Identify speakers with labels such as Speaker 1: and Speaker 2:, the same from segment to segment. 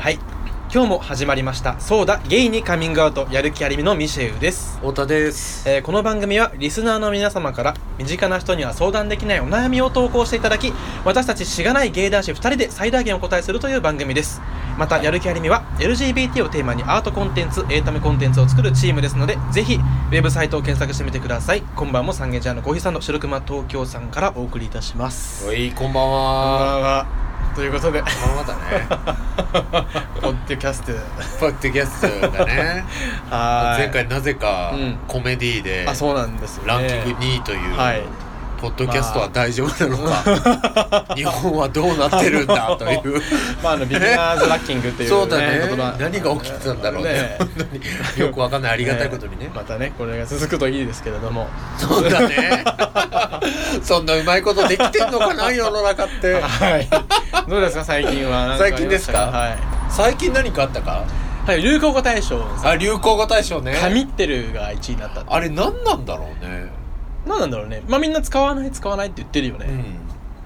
Speaker 1: はい今日も始まりました「そうだゲイにカミングアウトやる気ありみ」のミシェウです、
Speaker 2: 太田です
Speaker 1: えーこの番組はリスナーの皆様から身近な人には相談できないお悩みを投稿していただき私たちしがないゲイ男子2人で最大限お答えするという番組ですまたやる気ありみは LGBT をテーマにアートコンテンツエータメコンテンツを作るチームですのでぜひウェブサイトを検索してみてください今晩も三軒茶屋のコーヒーさんの白熊東京さんからお送りいたします
Speaker 2: おいこんばん
Speaker 1: こんば
Speaker 2: は
Speaker 1: んはということで
Speaker 2: こ んばんはだね
Speaker 1: ポッドキャスト
Speaker 2: ポッドキャストだね
Speaker 1: はーい
Speaker 2: 前回なぜか
Speaker 1: うん
Speaker 2: コメディで
Speaker 1: あそうなんですよ、ね、
Speaker 2: ランキング2位という
Speaker 1: はい
Speaker 2: ポッドキャストは大丈夫なの か日本はどうなってるんだという
Speaker 1: まああのビギナーズラッキングっていう、
Speaker 2: そうだね
Speaker 1: 言葉
Speaker 2: 何が起きてたんだろうね本当によくわかんないありがたいことにね
Speaker 1: またねこれが続くといいですけれど も
Speaker 2: そうだね そんなうまいことできてんのか な世の中って
Speaker 1: はいどうですか最近はなんありま
Speaker 2: 最近ですか
Speaker 1: はい、
Speaker 2: 最近何かあったか
Speaker 1: はい、流行語大賞さ
Speaker 2: あ流行語大賞ね
Speaker 1: 神ってるが1位になったって
Speaker 2: あれ何なんだろうね
Speaker 1: 何なんだろうねまあみんな使わない使わないって言ってるよ
Speaker 2: う
Speaker 1: ね、
Speaker 2: ん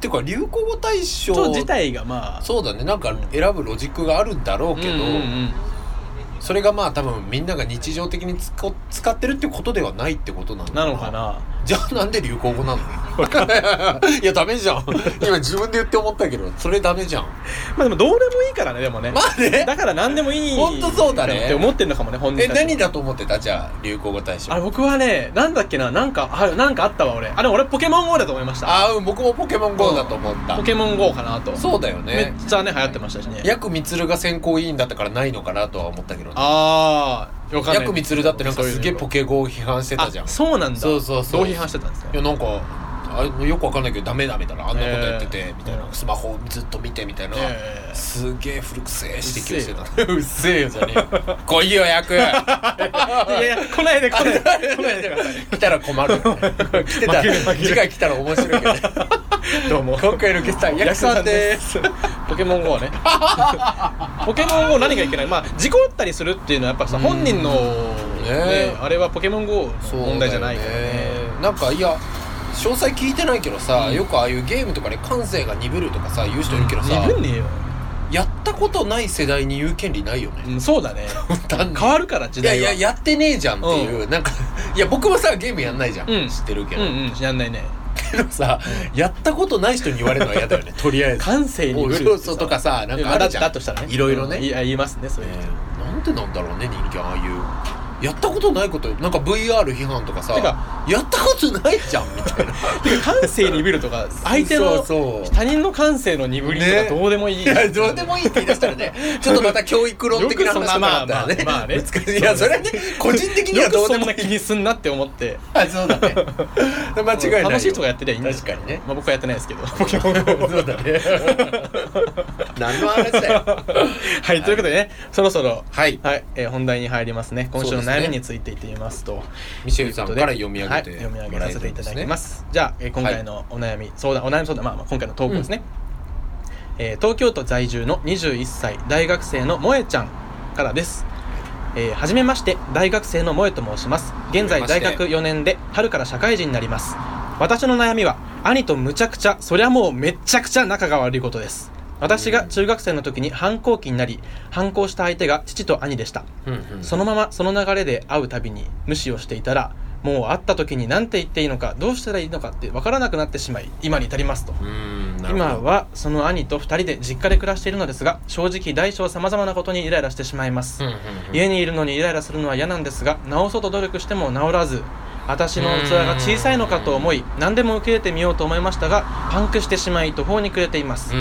Speaker 2: てか流行語大賞
Speaker 1: そう自体がまあ
Speaker 2: そうだねなんか選ぶロジックがあるんだろうけど、
Speaker 1: うんうんうん
Speaker 2: それがまあ多分みんなが日常的に使使ってるってことではないってことなの
Speaker 1: なのかな
Speaker 2: じゃあなんで流行語な のいやダメじゃん今自分で言って思ったけどそれダメじゃん
Speaker 1: まあでもどうでもいいからねでもね
Speaker 2: まあ ね
Speaker 1: だから何でもいい
Speaker 2: ほんとそうだね
Speaker 1: って思ってんのかもね本人
Speaker 2: え
Speaker 1: たちも
Speaker 2: 何だと思ってたじゃあ流行語大賞
Speaker 1: あれ僕はねなんだっけななんかあなんかあったわ俺あれ俺ポケモン GO だと思いました
Speaker 2: あーうん僕もポケモン GO だと思った、
Speaker 1: ポケモン GO かなと
Speaker 2: そうだよ
Speaker 1: めっ
Speaker 2: ね
Speaker 1: ちゃね流行ってましたしね
Speaker 2: ヤクミツルが選考委員だったからないのかなとは思ったけどね
Speaker 1: ああよかんない
Speaker 2: ヤクミツルだってなんかすげえポ
Speaker 1: ケ
Speaker 2: ケ GO を批判してたじゃん
Speaker 1: そうなんだ
Speaker 2: そうそうそう
Speaker 1: どう批判してたんですか
Speaker 2: いやなんかあよくわかんないけどダメだみたいなあんなことやってて、
Speaker 1: ええ
Speaker 2: みたいなスマホをずっと見てみたいな、
Speaker 1: ええ
Speaker 2: すげえ古くせえ指摘をしてたうっせえよじゃねえよ来いよ役
Speaker 1: いやいや来ないで来ないで 来ないでください
Speaker 2: 来たら困る、来てた
Speaker 1: 負ける負ける
Speaker 2: 次回来たら面白いけど、ね、
Speaker 1: どうも
Speaker 2: 今回のゲストはヤクさんです
Speaker 1: すポケモン GO ねポケモン GO 何がいけないまあ事故ったりするっていうのはやっぱさ本人のねあれはポケモン GO の問題じゃないからね
Speaker 2: なんかいや詳細聞いてないけどさ、よくああいうゲームとかで感性が鈍るとかさ言う人いるけどさ、
Speaker 1: 鈍んねえよ、
Speaker 2: やったことない世代に言う権利ないよね、
Speaker 1: うん、そうだね
Speaker 2: 単に
Speaker 1: 変わるから時
Speaker 2: いや
Speaker 1: 代
Speaker 2: い
Speaker 1: は
Speaker 2: ややってねえじゃんっていう、なんかいや僕もさゲームやんないじゃん、
Speaker 1: うん
Speaker 2: 知ってるけ
Speaker 1: う
Speaker 2: ど、
Speaker 1: んうんやんないね
Speaker 2: けどさやったことない人に言われるのは嫌だよねとりあえず
Speaker 1: 感性に
Speaker 2: お
Speaker 1: 鈍
Speaker 2: う
Speaker 1: るって
Speaker 2: そうそうとかさなんかあるじゃん
Speaker 1: まあだだとしたらね
Speaker 2: いろいろね、
Speaker 1: うんいや言いますねそういう人、
Speaker 2: えーなんでなんだろうね人間ああいうやったことないことなんか VR 批判とかさ
Speaker 1: てか
Speaker 2: やったことないじゃんみたいな
Speaker 1: てか感性に鈍る とか相手の
Speaker 2: そうそう
Speaker 1: 他人の感性の鈍りと
Speaker 2: ね
Speaker 1: かどうでもいい、
Speaker 2: いやどうでもいいって言い出したら ねちょっとまた教育論的な話とかあったらね
Speaker 1: よくそんなまあまあまあね
Speaker 2: 難しいいやそれはね個人的に
Speaker 1: よ
Speaker 2: はど
Speaker 1: く
Speaker 2: うで
Speaker 1: そん
Speaker 2: もい
Speaker 1: ない気にすんなって思って
Speaker 2: あそうだね間違いないよ
Speaker 1: 楽しい人がやってりゃいいんだよ
Speaker 2: 確かにね
Speaker 1: まあ、僕はやってないですけ どポケモン GO
Speaker 2: そうだ ね何の話だよ
Speaker 1: はいということでねそろそろ
Speaker 2: はい
Speaker 1: はい、えー本題に入りますね今週の
Speaker 2: そうです
Speaker 1: 悩
Speaker 2: ね
Speaker 1: みについて言ってみますと
Speaker 2: ミシェルさんから読み上げて
Speaker 1: はい、読み上げさせていただきますすじゃあ、えー今回のお悩み相談お悩み相談、まあ、まあ今回の投稿ですね、えー東京都在住の21歳大学生の萌えちゃんからですえーはじめまして大学生の萌えと申します現在
Speaker 2: はじめ
Speaker 1: 大
Speaker 2: まして
Speaker 1: 学4年で春から社会人になります私の悩みは兄とむちゃくちゃそりゃもうめっちゃくちゃ仲が悪いことです私が中学生の時に反抗期になり反抗した相手が父と兄でしたそのままその流れで会うたびに無視をしていたらもう会った時に何て言っていいのかどうしたらいいのかって分からなくなってしまい今に至りますと
Speaker 2: うんなるほど
Speaker 1: 今はその兄と2人で実家で暮らしているのですが正直大小さまざまなことにイライラしてしまいます、
Speaker 2: うんうんうん
Speaker 1: 家にいるのにイライラするのは嫌なんですが直そうと努力しても治らず私の器が小さいのかと思い何でも受け入れてみようと思いましたがパンクしてしまい途方に暮れています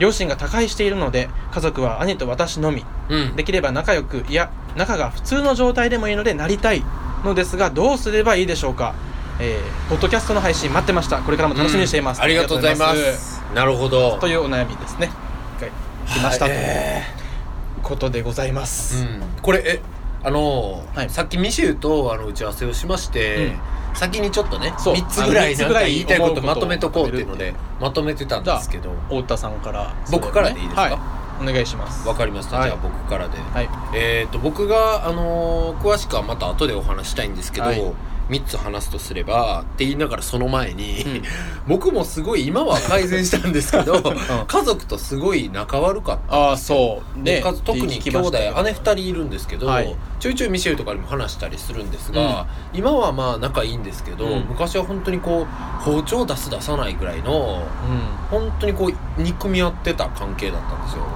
Speaker 1: 両親が他界しているので家族は兄と私のみ
Speaker 2: うんうん
Speaker 1: できれば仲良くいや仲が普通の状態でもいいのでなりたいのですがどうすればいいでしょうかえー、ポッドキャストの配信待ってましたこれからも楽しみにしています、
Speaker 2: うんありがとうござい
Speaker 1: あ
Speaker 2: ま
Speaker 1: りがとうござい
Speaker 2: すなるほど
Speaker 1: というお悩みですね一回来ましたと
Speaker 2: はいいう
Speaker 1: ことでございま
Speaker 2: う
Speaker 1: す、
Speaker 2: んこれえあのー
Speaker 1: はい
Speaker 2: さっきミシェルとあの打ち合わせをしまして先にちょっとね
Speaker 1: そう
Speaker 2: 3つぐらいな
Speaker 1: あの三つ
Speaker 2: ん
Speaker 1: ぐ
Speaker 2: から
Speaker 1: い
Speaker 2: 言いたいこと
Speaker 1: 思う
Speaker 2: ま
Speaker 1: こと
Speaker 2: と
Speaker 1: を
Speaker 2: めとこうっていうのでまとめてたんですけど
Speaker 1: 太田さんから
Speaker 2: 僕からでいいですか
Speaker 1: はいお願いします
Speaker 2: わかりました
Speaker 1: はい
Speaker 2: じゃあ僕からで
Speaker 1: はい
Speaker 2: えー、と僕が、あのー詳しくはまた後でお話したいんですけど、
Speaker 1: はい
Speaker 2: 3つ話すとすればって言いながらその前に、
Speaker 1: うん
Speaker 2: 僕もすごい今は改善したんですけ ど、家族とすごい仲悪かった
Speaker 1: ああそう
Speaker 2: で
Speaker 1: ね
Speaker 2: か特に兄弟姉二人いるんですけど、
Speaker 1: はい
Speaker 2: ちょいちょいミシェルとかにも話したりするんですが、今はまあ仲いいんですけど、
Speaker 1: うん
Speaker 2: 昔は本当にこう包丁出す出さないぐらいの
Speaker 1: うん
Speaker 2: 本当にこう憎み合ってた関係だったんですよ。うん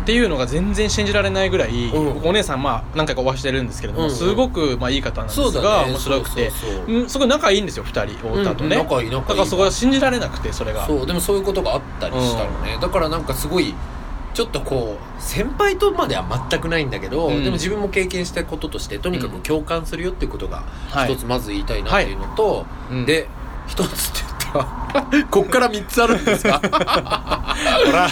Speaker 1: っていうのが全然信じられないぐらい、
Speaker 2: うん
Speaker 1: 僕お姉さんまあ何回かお会いしてるんですけれども、
Speaker 2: うんうん
Speaker 1: すごくまあいい方なんです
Speaker 2: そう
Speaker 1: が、
Speaker 2: だね
Speaker 1: 面白くて
Speaker 2: そうそうそう
Speaker 1: うんすごい仲いいんですよ2人太田とね、
Speaker 2: うん仲いい仲いい
Speaker 1: だからそこは信じられなくてそれが
Speaker 2: そうでもそういうことがあったりしたのね、だからなんかすごいちょっとこう先輩とまでは全くないんだけど、
Speaker 1: うん
Speaker 2: でも自分も経験したこととしてとにか
Speaker 1: う
Speaker 2: く
Speaker 1: ん
Speaker 2: 共感するよっていうことが
Speaker 1: はい
Speaker 2: 一つまず言いたいなっていうのと、
Speaker 1: うん
Speaker 2: で一つって言ったら こっから3つあるんですか
Speaker 1: ほら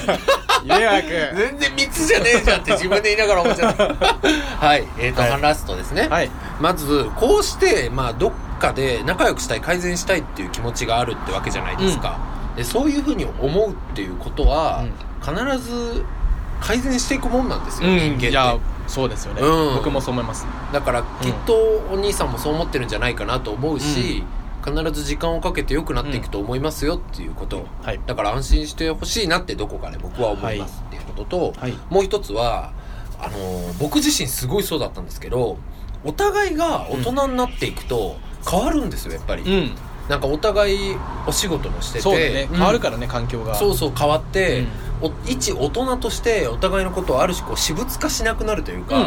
Speaker 1: ゆうやく
Speaker 2: 全然3つじゃねえじゃんって自分で言いながら思っちゃった はいえーと、
Speaker 1: はい
Speaker 2: 話すとですね、
Speaker 1: はい
Speaker 2: まずこうしてまあどっかで仲良くしたい改善したいっていう気持ちがあるってわけじゃないですか、でそういうふうに思うっていうことは、必ず改善していくもんなんですよ、
Speaker 1: うん、
Speaker 2: 人間って
Speaker 1: いやそうですよね、
Speaker 2: うん
Speaker 1: 僕もそう思います
Speaker 2: だからきっとお兄さんもそう思ってるんじゃないかなと思うし、必ず時間をかけて良くなっていくと思いますよっていうこと、
Speaker 1: はい
Speaker 2: だから安心してほしいなってどこかで僕は思いますっていうことと、
Speaker 1: はい
Speaker 2: もう一つはあのー僕自身すごいそうだったんですけどお互いが大人になっていくと変わるんですよやっぱり、
Speaker 1: うん
Speaker 2: なんかお互いお仕事もしてて
Speaker 1: そうだね変わる
Speaker 2: か
Speaker 1: からね、環境が
Speaker 2: そうそう変わって、
Speaker 1: うん
Speaker 2: お一大人としてお互いのことをある種こう私物化しなくなるというか,、
Speaker 1: うん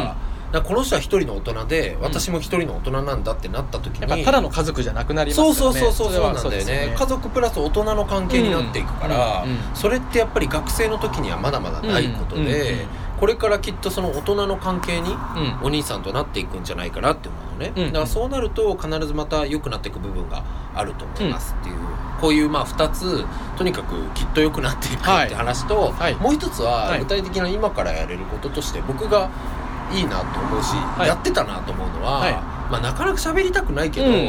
Speaker 2: なんかこの人は一人の大人で私も一人の大人なんだってなった時に、
Speaker 1: やっぱただの家族じゃなくなりますよ
Speaker 2: そう
Speaker 1: ね
Speaker 2: そうそうそう
Speaker 1: れ
Speaker 2: そうなん
Speaker 1: は
Speaker 2: だよね
Speaker 1: です
Speaker 2: 家族プラス大人の関係になっていくから、
Speaker 1: うんうんうん
Speaker 2: それってやっぱり学生の時にはまだまだないことで、
Speaker 1: うんうんうん
Speaker 2: これからきっとその大人の関係に
Speaker 1: うん
Speaker 2: お兄さんとなっていくんじゃないかなって思うのね、
Speaker 1: うん
Speaker 2: だからそうなると必ずまた良くなっていく部分があると思いますっていう、こういうまあ2つとにかくきっと良くなっていくって
Speaker 1: はい
Speaker 2: 話と、
Speaker 1: はい
Speaker 2: もう一つ
Speaker 1: は
Speaker 2: はい具体的な今からやれることとして僕がいいなと思うし、
Speaker 1: い
Speaker 2: やってたなと思うのは、
Speaker 1: はい
Speaker 2: まあ、なかなか喋りたくないけど、
Speaker 1: うん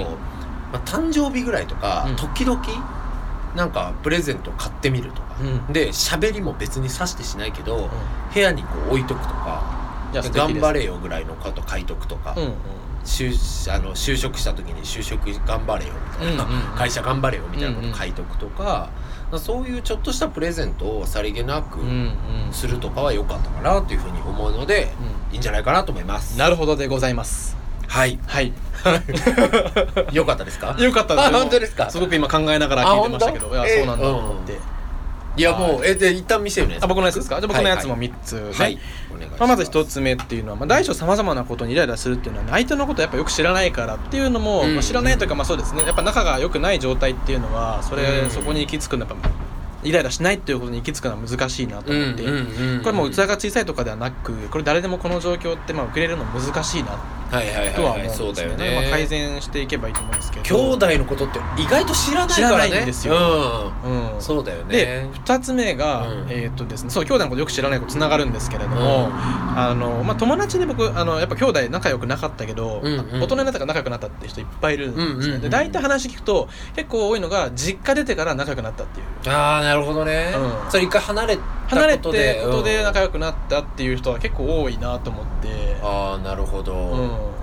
Speaker 2: まあ、誕生日ぐらいとか、
Speaker 1: うん
Speaker 2: 時々なんかプレゼント買ってみるとか、
Speaker 1: うん
Speaker 2: で喋りも別にさしてしないけど、
Speaker 1: う
Speaker 2: 部屋にこう置いとくとか。
Speaker 1: んいや素敵
Speaker 2: 頑
Speaker 1: です
Speaker 2: 張れよぐらいのこと書いとくとか、
Speaker 1: うんうん
Speaker 2: 就あの就職した時に就職頑張れよみたいな、
Speaker 1: うんうんうん
Speaker 2: 会社頑張れよみたいなこと書いとくとか、まあそういうちょっとしたプレゼントをさりげなく
Speaker 1: うんうん
Speaker 2: するとかは良かったかなというふうに思うので、いいんじゃないかなと思います
Speaker 1: なるほどでございます
Speaker 2: はい
Speaker 1: はい
Speaker 2: 良かったですか
Speaker 1: よかったです
Speaker 2: あ本当ですか
Speaker 1: すごく今考えながら聞いてましたけど
Speaker 2: あ
Speaker 1: い
Speaker 2: 本当
Speaker 1: やそうなんだと思って、
Speaker 2: えいやもうえで一旦見せるね
Speaker 1: あ僕のやつですかじゃあ僕のやつも
Speaker 2: は
Speaker 1: 3つ、ね
Speaker 2: い、はいお願いし
Speaker 1: まあ、まず一
Speaker 2: つ
Speaker 1: つ目っていうのは、まあ、大小さまざまなことにイライラするっていうのはね、相手のことやっぱよく知らないからっていうのも、
Speaker 2: うん
Speaker 1: まあ知らないというかまあそうですねやっぱ仲が良くない状態っていうのはそれ、
Speaker 2: うん
Speaker 1: そこに行き着くのはやっぱイライラしないっていうことに行き着くのは難しいなと
Speaker 2: うん
Speaker 1: 思って、
Speaker 2: うんうん
Speaker 1: これもう器が小さいとかではなくこれ誰でもこの状況ってまあ受け入れるの難しいな
Speaker 2: はいはいはい、
Speaker 1: とは
Speaker 2: は
Speaker 1: 思うん
Speaker 2: い、
Speaker 1: です
Speaker 2: そ
Speaker 1: よ
Speaker 2: うだ
Speaker 1: ね,、
Speaker 2: よね、
Speaker 1: まあ、改善していけばいいと思うんですけど
Speaker 2: 兄弟のことって意外と知らないからね
Speaker 1: 知らないんですよう
Speaker 2: うんん、そうだよね
Speaker 1: で2つ目
Speaker 2: う
Speaker 1: が、
Speaker 2: ん
Speaker 1: えーっとですねそう兄弟のことよく知らないことつながるんですけれども、
Speaker 2: うん
Speaker 1: あのまあ、友達で僕あのやっぱ兄弟仲良くなかったけど、
Speaker 2: うんうん
Speaker 1: 大人になったから仲良くなったって人いっぱいいるんですね、
Speaker 2: うんうんうん
Speaker 1: で大体話聞くと結構多いのが実家出てから仲良くなったっていう
Speaker 2: ああなるほどね、
Speaker 1: うん
Speaker 2: それ一回離れたことで
Speaker 1: 離れてことで仲
Speaker 2: うん
Speaker 1: 良くなったっていう人は結構多いなと思って、
Speaker 2: ああなるほど、
Speaker 1: う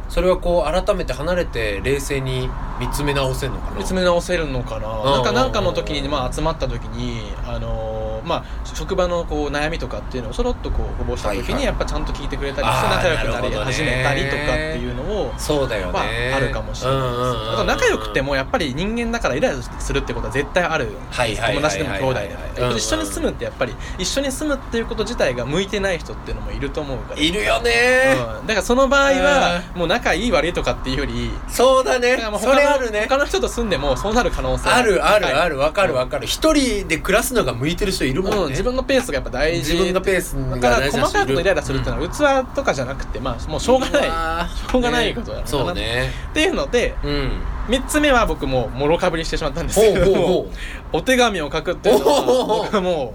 Speaker 2: それはこう改めて離れて冷静に見つめ直せるのか
Speaker 1: ん、
Speaker 2: な
Speaker 1: 見つめ直せるのかな、
Speaker 2: うん
Speaker 1: なんかなんかの時に、まあ、集まった時にあのーまあ職場のこう悩みとかっていうのをそろっとこうこぼした
Speaker 2: は
Speaker 1: 時
Speaker 2: いはい
Speaker 1: にやっぱちゃんと聞いてくれたりして
Speaker 2: あー
Speaker 1: 仲良くな
Speaker 2: なる
Speaker 1: り
Speaker 2: ほどね
Speaker 1: 始めたりとかっていうのを
Speaker 2: そうだよね、
Speaker 1: まああるかもしれないです
Speaker 2: うんうんうん
Speaker 1: あと仲良くてもやっぱり人間だからイライラするってことは絶対ある
Speaker 2: はいはいはいはい
Speaker 1: 友達でも兄弟でも
Speaker 2: うんうん
Speaker 1: 一緒に住むってやっぱり一緒に住むっていうこと自体が向いてない人っていうのもいると思うから
Speaker 2: いるよね
Speaker 1: うん、だからその場合はもう仲いい悪いとかっていうより
Speaker 2: そうだね
Speaker 1: だからまあ
Speaker 2: それあ
Speaker 1: 他の
Speaker 2: るね
Speaker 1: 他の人と住んでもそうなる可能性
Speaker 2: あるある
Speaker 1: はい
Speaker 2: あるわかるわかる一人で暮らすのが向いてる人いるもんね、
Speaker 1: うん、自分のペースがやっぱ大事
Speaker 2: 自分のペースが大
Speaker 1: だ
Speaker 2: 事
Speaker 1: から
Speaker 2: だし
Speaker 1: 細かいことイライラするっていうのは器とかじゃなくてまあもうしょうがないう
Speaker 2: わー
Speaker 1: しょうがないことだ
Speaker 2: ね
Speaker 1: な
Speaker 2: そうね
Speaker 1: っていうので
Speaker 2: うん
Speaker 1: 3つ目は僕もうもろかぶりしてしまったんです
Speaker 2: ほ
Speaker 1: け
Speaker 2: うほ
Speaker 1: ど
Speaker 2: うほう
Speaker 1: お手紙を書くっていうの
Speaker 2: お
Speaker 1: は
Speaker 2: お
Speaker 1: 僕はも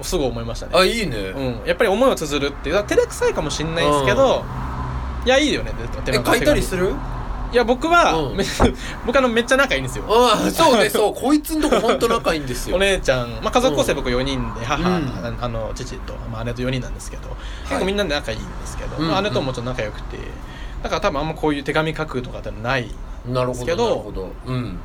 Speaker 1: うすぐ思いま したね
Speaker 2: あいいね、
Speaker 1: うん、やっぱり思いを綴るっていうだから照れくさいかもしんないですけど、いやいいよねお手
Speaker 2: え
Speaker 1: 紙
Speaker 2: 書いたりする
Speaker 1: いや僕は、
Speaker 2: うん
Speaker 1: め 僕あのめっちゃ仲いいんですよ
Speaker 2: ああそうねそうこいつんとこほんと仲いいんですよ
Speaker 1: お姉ちゃん、まあ、家族構成僕4人で母、
Speaker 2: うん
Speaker 1: ああの父と、まあ、姉と4人なんですけど、結
Speaker 2: はい
Speaker 1: 構みんなで仲いいんですけど、
Speaker 2: うん
Speaker 1: まあ、姉ともちょっと仲良くてだから多分あんまこういう手紙書くとかってのはない
Speaker 2: なる
Speaker 1: で
Speaker 2: ほ
Speaker 1: す
Speaker 2: ど
Speaker 1: け
Speaker 2: なる
Speaker 1: ど
Speaker 2: ほどうん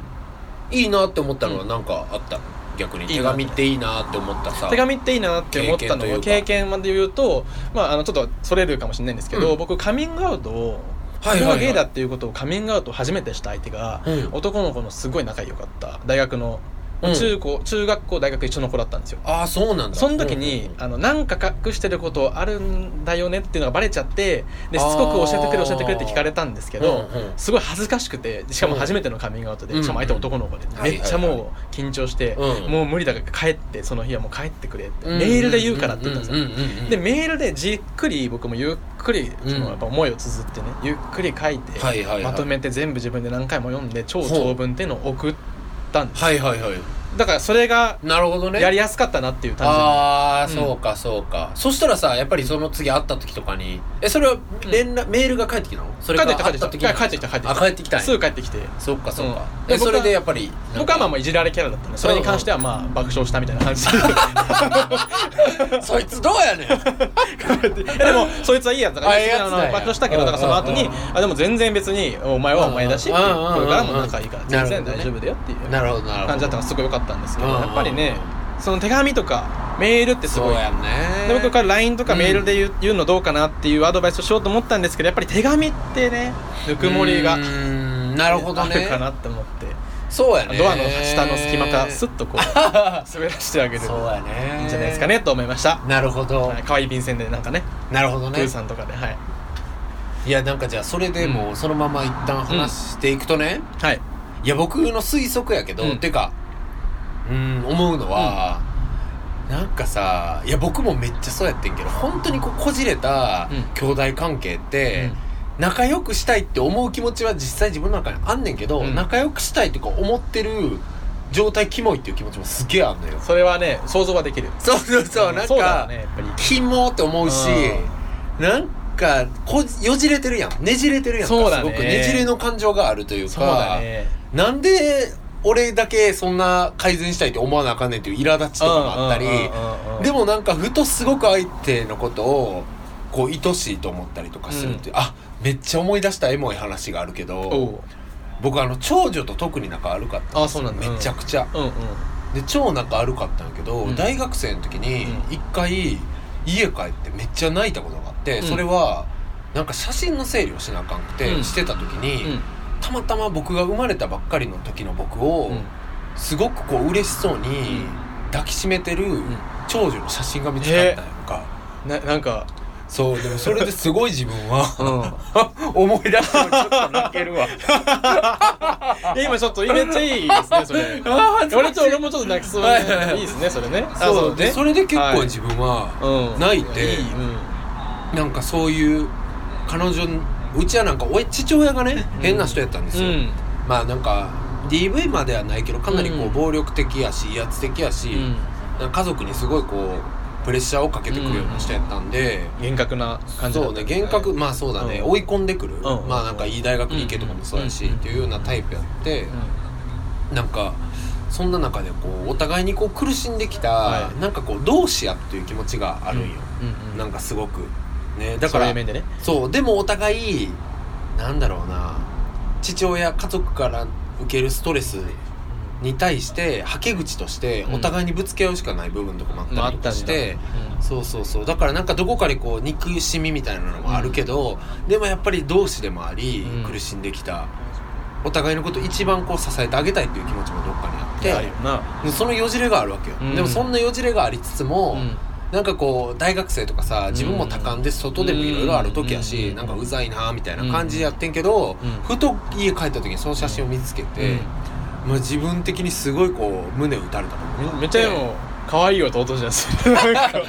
Speaker 2: いいなって思ったのはなんかあった、逆に
Speaker 1: いい
Speaker 2: 手
Speaker 1: な
Speaker 2: 紙っていいなって思ったさ
Speaker 1: 手紙っていいなって思ったの
Speaker 2: 経験
Speaker 1: は
Speaker 2: という
Speaker 1: 経
Speaker 2: か
Speaker 1: 験まで言うと、まあ、あのちょっとそれるかもしれないんですけど、
Speaker 2: うん
Speaker 1: 僕カミングアウトを
Speaker 2: はい
Speaker 1: 自分
Speaker 2: は
Speaker 1: はい
Speaker 2: はい
Speaker 1: ゲイだっていうことをカミングアウトを初めてした相手が
Speaker 2: うん
Speaker 1: 男の子のすごい仲良かった大学の
Speaker 2: うん
Speaker 1: 中高、中学校大学一緒の子だったんですよ
Speaker 2: ああそうなんだ
Speaker 1: その時に、
Speaker 2: うん
Speaker 1: あのなんか隠してることあるんだよねっていうのがバレちゃってでしつこく教えてくれ
Speaker 2: あー
Speaker 1: 教えてくれって聞かれたんですけ
Speaker 2: うんう
Speaker 1: ど、
Speaker 2: ん
Speaker 1: すごい恥ずかしくてしかも初めてのカミングアウトで、
Speaker 2: うん
Speaker 1: しかも相手男の子で、
Speaker 2: ん
Speaker 1: めっちゃ
Speaker 2: はいはい
Speaker 1: もう緊張して、
Speaker 2: うん
Speaker 1: もう無理だから帰ってその日はもう帰ってくれって、
Speaker 2: うん
Speaker 1: メールで言うからって言ったんですよ、
Speaker 2: うんうんうんうん
Speaker 1: でメールでじっくり僕もゆっくりそ
Speaker 2: うん
Speaker 1: のやっぱ思いを綴ってねゆっくり書いて、
Speaker 2: はいはいはい
Speaker 1: まとめて全部自分で何回も読んで超長文っていうのを送ったんです
Speaker 2: はいはいはい
Speaker 1: だからそれが
Speaker 2: なるほどね
Speaker 1: やりやすかったなっていう単純に
Speaker 2: ああ
Speaker 1: うん
Speaker 2: そうかそうかそしたらさやっぱりその次会った時とかにえそれは連絡メールが返ってきたのそれ
Speaker 1: 帰
Speaker 2: か
Speaker 1: っ
Speaker 2: 会
Speaker 1: てきた帰っ
Speaker 2: った
Speaker 1: てき
Speaker 2: 時
Speaker 1: た
Speaker 2: に
Speaker 1: 帰ってきた帰ってき
Speaker 2: あ
Speaker 1: た
Speaker 2: 帰ってきたんや
Speaker 1: すぐ帰ってきて
Speaker 2: そっかそっか
Speaker 1: うんで
Speaker 2: えそれ
Speaker 1: 僕は
Speaker 2: でやっぱり
Speaker 1: 僕はまあま
Speaker 2: あ
Speaker 1: あいじられキャラだったんでそれに関してはまあ爆笑したみたいな感じ で
Speaker 2: そいつどうやねん
Speaker 1: でもそいつはいいやつだから
Speaker 2: あいいやつだよ
Speaker 1: あの爆笑したけどだからその後
Speaker 2: う
Speaker 1: に
Speaker 2: ん
Speaker 1: あでも全然別にお前はお前だし
Speaker 2: う
Speaker 1: こ
Speaker 2: ん
Speaker 1: れ
Speaker 2: うんうん
Speaker 1: からも仲いいから全然
Speaker 2: なるほどね
Speaker 1: 大丈夫だよっていう
Speaker 2: なるほどなるほど
Speaker 1: 感じだったからすごい良かったんですけど
Speaker 2: うんうん
Speaker 1: やっぱりねその手紙とかメールってす
Speaker 2: そう
Speaker 1: ごい
Speaker 2: やんね
Speaker 1: で僕から LINE とか
Speaker 2: うん
Speaker 1: メールで言う,、のどうかなっていうアドバイスをしようと思ったんですけどやっぱり手紙ってねぬくもりが
Speaker 2: う
Speaker 1: ある
Speaker 2: ーんなるほどね
Speaker 1: かなって思って、
Speaker 2: そうやね
Speaker 1: ドアの下の隙間からスッと こう滑らしてあげる
Speaker 2: そうやね
Speaker 1: いいんじゃないですかねと思いました
Speaker 2: なるほど
Speaker 1: はい可愛い便箋でなんかね
Speaker 2: なるほど
Speaker 1: プ
Speaker 2: ね
Speaker 1: ーさんとかではい、
Speaker 2: いやなんかじゃあそれでもうそのまま一旦話していくとね、
Speaker 1: はい、
Speaker 2: いや僕の推測やけど、
Speaker 1: うん
Speaker 2: てかうん思うのは、なんかさいや僕もめっちゃそうやってんけど本当にこうこじれた
Speaker 1: うん
Speaker 2: 兄弟関係って、仲良くしたいって思う気持ちは実際自分の中にあんねんけど、
Speaker 1: うん
Speaker 2: 仲良くしたいとか思ってる状態キモいっていう気持ちもすげえあんのよ
Speaker 1: それはね想像はできる
Speaker 2: そうそうそうなん
Speaker 1: そうだ
Speaker 2: か
Speaker 1: よねやっぱり
Speaker 2: キモって思うしなんかこよじれてるやんねじれてるやんか
Speaker 1: そうだ
Speaker 2: す
Speaker 1: ね
Speaker 2: ごくねじれの感情があるというか
Speaker 1: そうだね
Speaker 2: なんで俺だけそんな改善したいって思わなあかんねんっていう苛立ちとかもあったり、で
Speaker 1: も
Speaker 2: もなんかふとすごく相手のことをこう愛しいと思ったりとかするっていう、あめっちゃ思い出したエモい話があるけ
Speaker 1: お
Speaker 2: ど
Speaker 1: う
Speaker 2: 僕あの長女と特に仲悪かった
Speaker 1: あそうなんだ
Speaker 2: めちゃくちゃ、
Speaker 1: うんうん
Speaker 2: で超仲悪かったんやけど、
Speaker 1: うん
Speaker 2: 大学生の時に
Speaker 1: うん
Speaker 2: 一回家帰ってめっちゃ泣いたことがあって、
Speaker 1: うん
Speaker 2: それはなんか写真の整理をしなあかんくて、
Speaker 1: うん
Speaker 2: してた時に、
Speaker 1: うん
Speaker 2: たまたま僕が生まれたばっかりの時の僕を、
Speaker 1: うん
Speaker 2: すごくこう嬉しそうに
Speaker 1: ん
Speaker 2: 抱きしめてる
Speaker 1: ん
Speaker 2: 長女の写真が見つかったんやんか、
Speaker 1: ななんか
Speaker 2: そうでもそれですごい自分
Speaker 1: う
Speaker 2: は
Speaker 1: ん
Speaker 2: 思い出してもちょっと泣けるわ
Speaker 1: いや今ちょっとめっちゃいいですねそれ
Speaker 2: あ
Speaker 1: 俺と俺もちょっと泣きそうで
Speaker 2: はいはいはい
Speaker 1: いいですねそれねあ
Speaker 2: そうで
Speaker 1: ね
Speaker 2: それで結
Speaker 1: はい
Speaker 2: 構自分は
Speaker 1: うん
Speaker 2: 泣いて
Speaker 1: いうん
Speaker 2: なんかそういう彼女うちはなんかおい父親がね変な人やったんですよ、
Speaker 1: うん
Speaker 2: まあなんか DV まではないけどかなりこ
Speaker 1: う
Speaker 2: うん暴力的やし威圧的やし、
Speaker 1: うん
Speaker 2: なんか家族にすごいこうプレッシャーをかけてくるような人やったんで、
Speaker 1: 厳格な感じだ
Speaker 2: そ
Speaker 1: っ
Speaker 2: う
Speaker 1: た
Speaker 2: ね厳格まあそうだね、
Speaker 1: うん
Speaker 2: 追い込んでくる、
Speaker 1: ん
Speaker 2: まあなんかいい大学に行けとかもそうやし、
Speaker 1: うん
Speaker 2: っていうようなタイプやって、なんかそんな中でこうお互いにこう苦しんできた、
Speaker 1: はい
Speaker 2: なんかこう同志やっていう気持ちがあるんよ、
Speaker 1: うんうんうん
Speaker 2: なんかすごくねだ
Speaker 1: だ
Speaker 2: から
Speaker 1: からそういう面でね
Speaker 2: そうでもお互いなんだろうな父親家族から受けるストレスに対してはけ口として
Speaker 1: うん
Speaker 2: お互いにぶつけ合うしかない部分とかもあったりとかして、そうそうそうだからなんかどこかでこう憎しみみたいなのもあるけど、でもやっぱり同志でもあり、
Speaker 1: うん
Speaker 2: 苦しんできたお互いのこと一番こう支えてあげたいっていう気持ちもどっかにあっ
Speaker 1: で
Speaker 2: て、
Speaker 1: あるよな
Speaker 2: でそのよじれがあるわけよ、
Speaker 1: うん
Speaker 2: でもそんなよじれがありつつも、
Speaker 1: うん
Speaker 2: なんかこう大学生とかさ自分も多感で外でもいろいろある時やし、
Speaker 1: うん
Speaker 2: なんかうざいなみたいな感じやってんけど、
Speaker 1: うん
Speaker 2: ふと家帰った時にその写真を見つけて、まあ、自分的にすごいこう胸打たれたことがあ
Speaker 1: う
Speaker 2: っ
Speaker 1: ん
Speaker 2: て
Speaker 1: めっちゃでも可愛い弟じゃんそれ なんか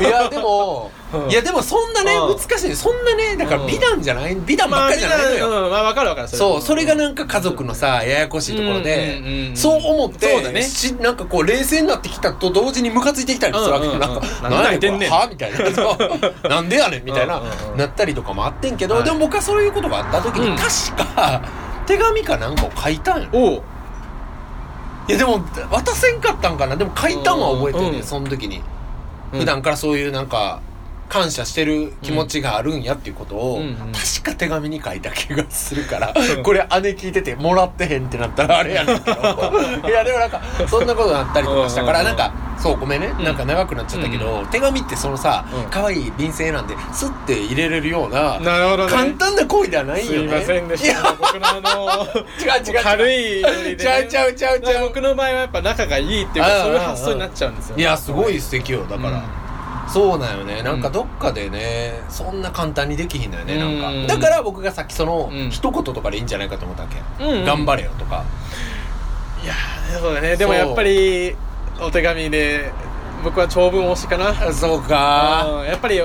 Speaker 2: いやでも
Speaker 1: うん
Speaker 2: いやでもそんなね
Speaker 1: うん
Speaker 2: 難しいそんなねだから美談じゃない美談ば
Speaker 1: ま
Speaker 2: っ
Speaker 1: あ
Speaker 2: かりじゃないのよ、
Speaker 1: うんまあわかるわかる
Speaker 2: そうそれがなんか家族のさややこしいところで、
Speaker 1: うんうんうんうん
Speaker 2: そう思って
Speaker 1: そうだね
Speaker 2: しなんかこう冷静になってきたと同時にムカついてきたりするわけよ、
Speaker 1: うんうんうん
Speaker 2: なんか
Speaker 1: なんで泣いてんねん
Speaker 2: なんやねこれはみたい なそうなんでやねんみたいな、
Speaker 1: うんうんうん
Speaker 2: なったりとかもあってんけど、
Speaker 1: はい
Speaker 2: でも僕はそういうことがあった時に、
Speaker 1: うん
Speaker 2: 確か手紙かなんかを書いたんよ
Speaker 1: おう
Speaker 2: いやでも渡せんかったんかなでも書いたんは覚えてるね、
Speaker 1: うん
Speaker 2: その時に
Speaker 1: うん
Speaker 2: 普段からそういうなんか感謝してる気持ちがあるんやっていうことを、
Speaker 1: うんうんうん
Speaker 2: 確か手紙に書いた気がする から、
Speaker 1: うん
Speaker 2: これ姉聞いててもらってへんってなったらあれやね んけどいやでもなんかそんなことなったりとかしたから
Speaker 1: うんうん
Speaker 2: な
Speaker 1: うん
Speaker 2: んかそうごめんね、
Speaker 1: うん
Speaker 2: なんか長くなっちゃったけど、手紙ってそのさ
Speaker 1: うん
Speaker 2: 可愛、い便箋なんでスッて入れれるような
Speaker 1: なるほどね
Speaker 2: 簡単な行為ではない
Speaker 1: す
Speaker 2: よ
Speaker 1: い
Speaker 2: ね
Speaker 1: ませんでした僕のあの
Speaker 2: 違 う違う違う
Speaker 1: 軽いノリでね
Speaker 2: ちゃうちゃうちゃうち
Speaker 1: なん
Speaker 2: ゃ
Speaker 1: か
Speaker 2: う
Speaker 1: 僕の場合はやっぱ仲がいいっていう
Speaker 2: あ
Speaker 1: か
Speaker 2: あ
Speaker 1: そういう発想になっちゃうんですよ
Speaker 2: いやすごい素敵よだ
Speaker 1: だ
Speaker 2: から、そうなんよねなんかどっかでね、そんな簡単にできひんのよね
Speaker 1: う
Speaker 2: なんんかだから僕がさっきその
Speaker 1: うん
Speaker 2: 一言とかでいいんじゃないかと思ったわけ、
Speaker 1: うん
Speaker 2: 頑
Speaker 1: る
Speaker 2: 張れよとか
Speaker 1: いやーそうだねでもやっぱりお手紙で僕は長文推しかな
Speaker 2: そうか
Speaker 1: うんやっぱり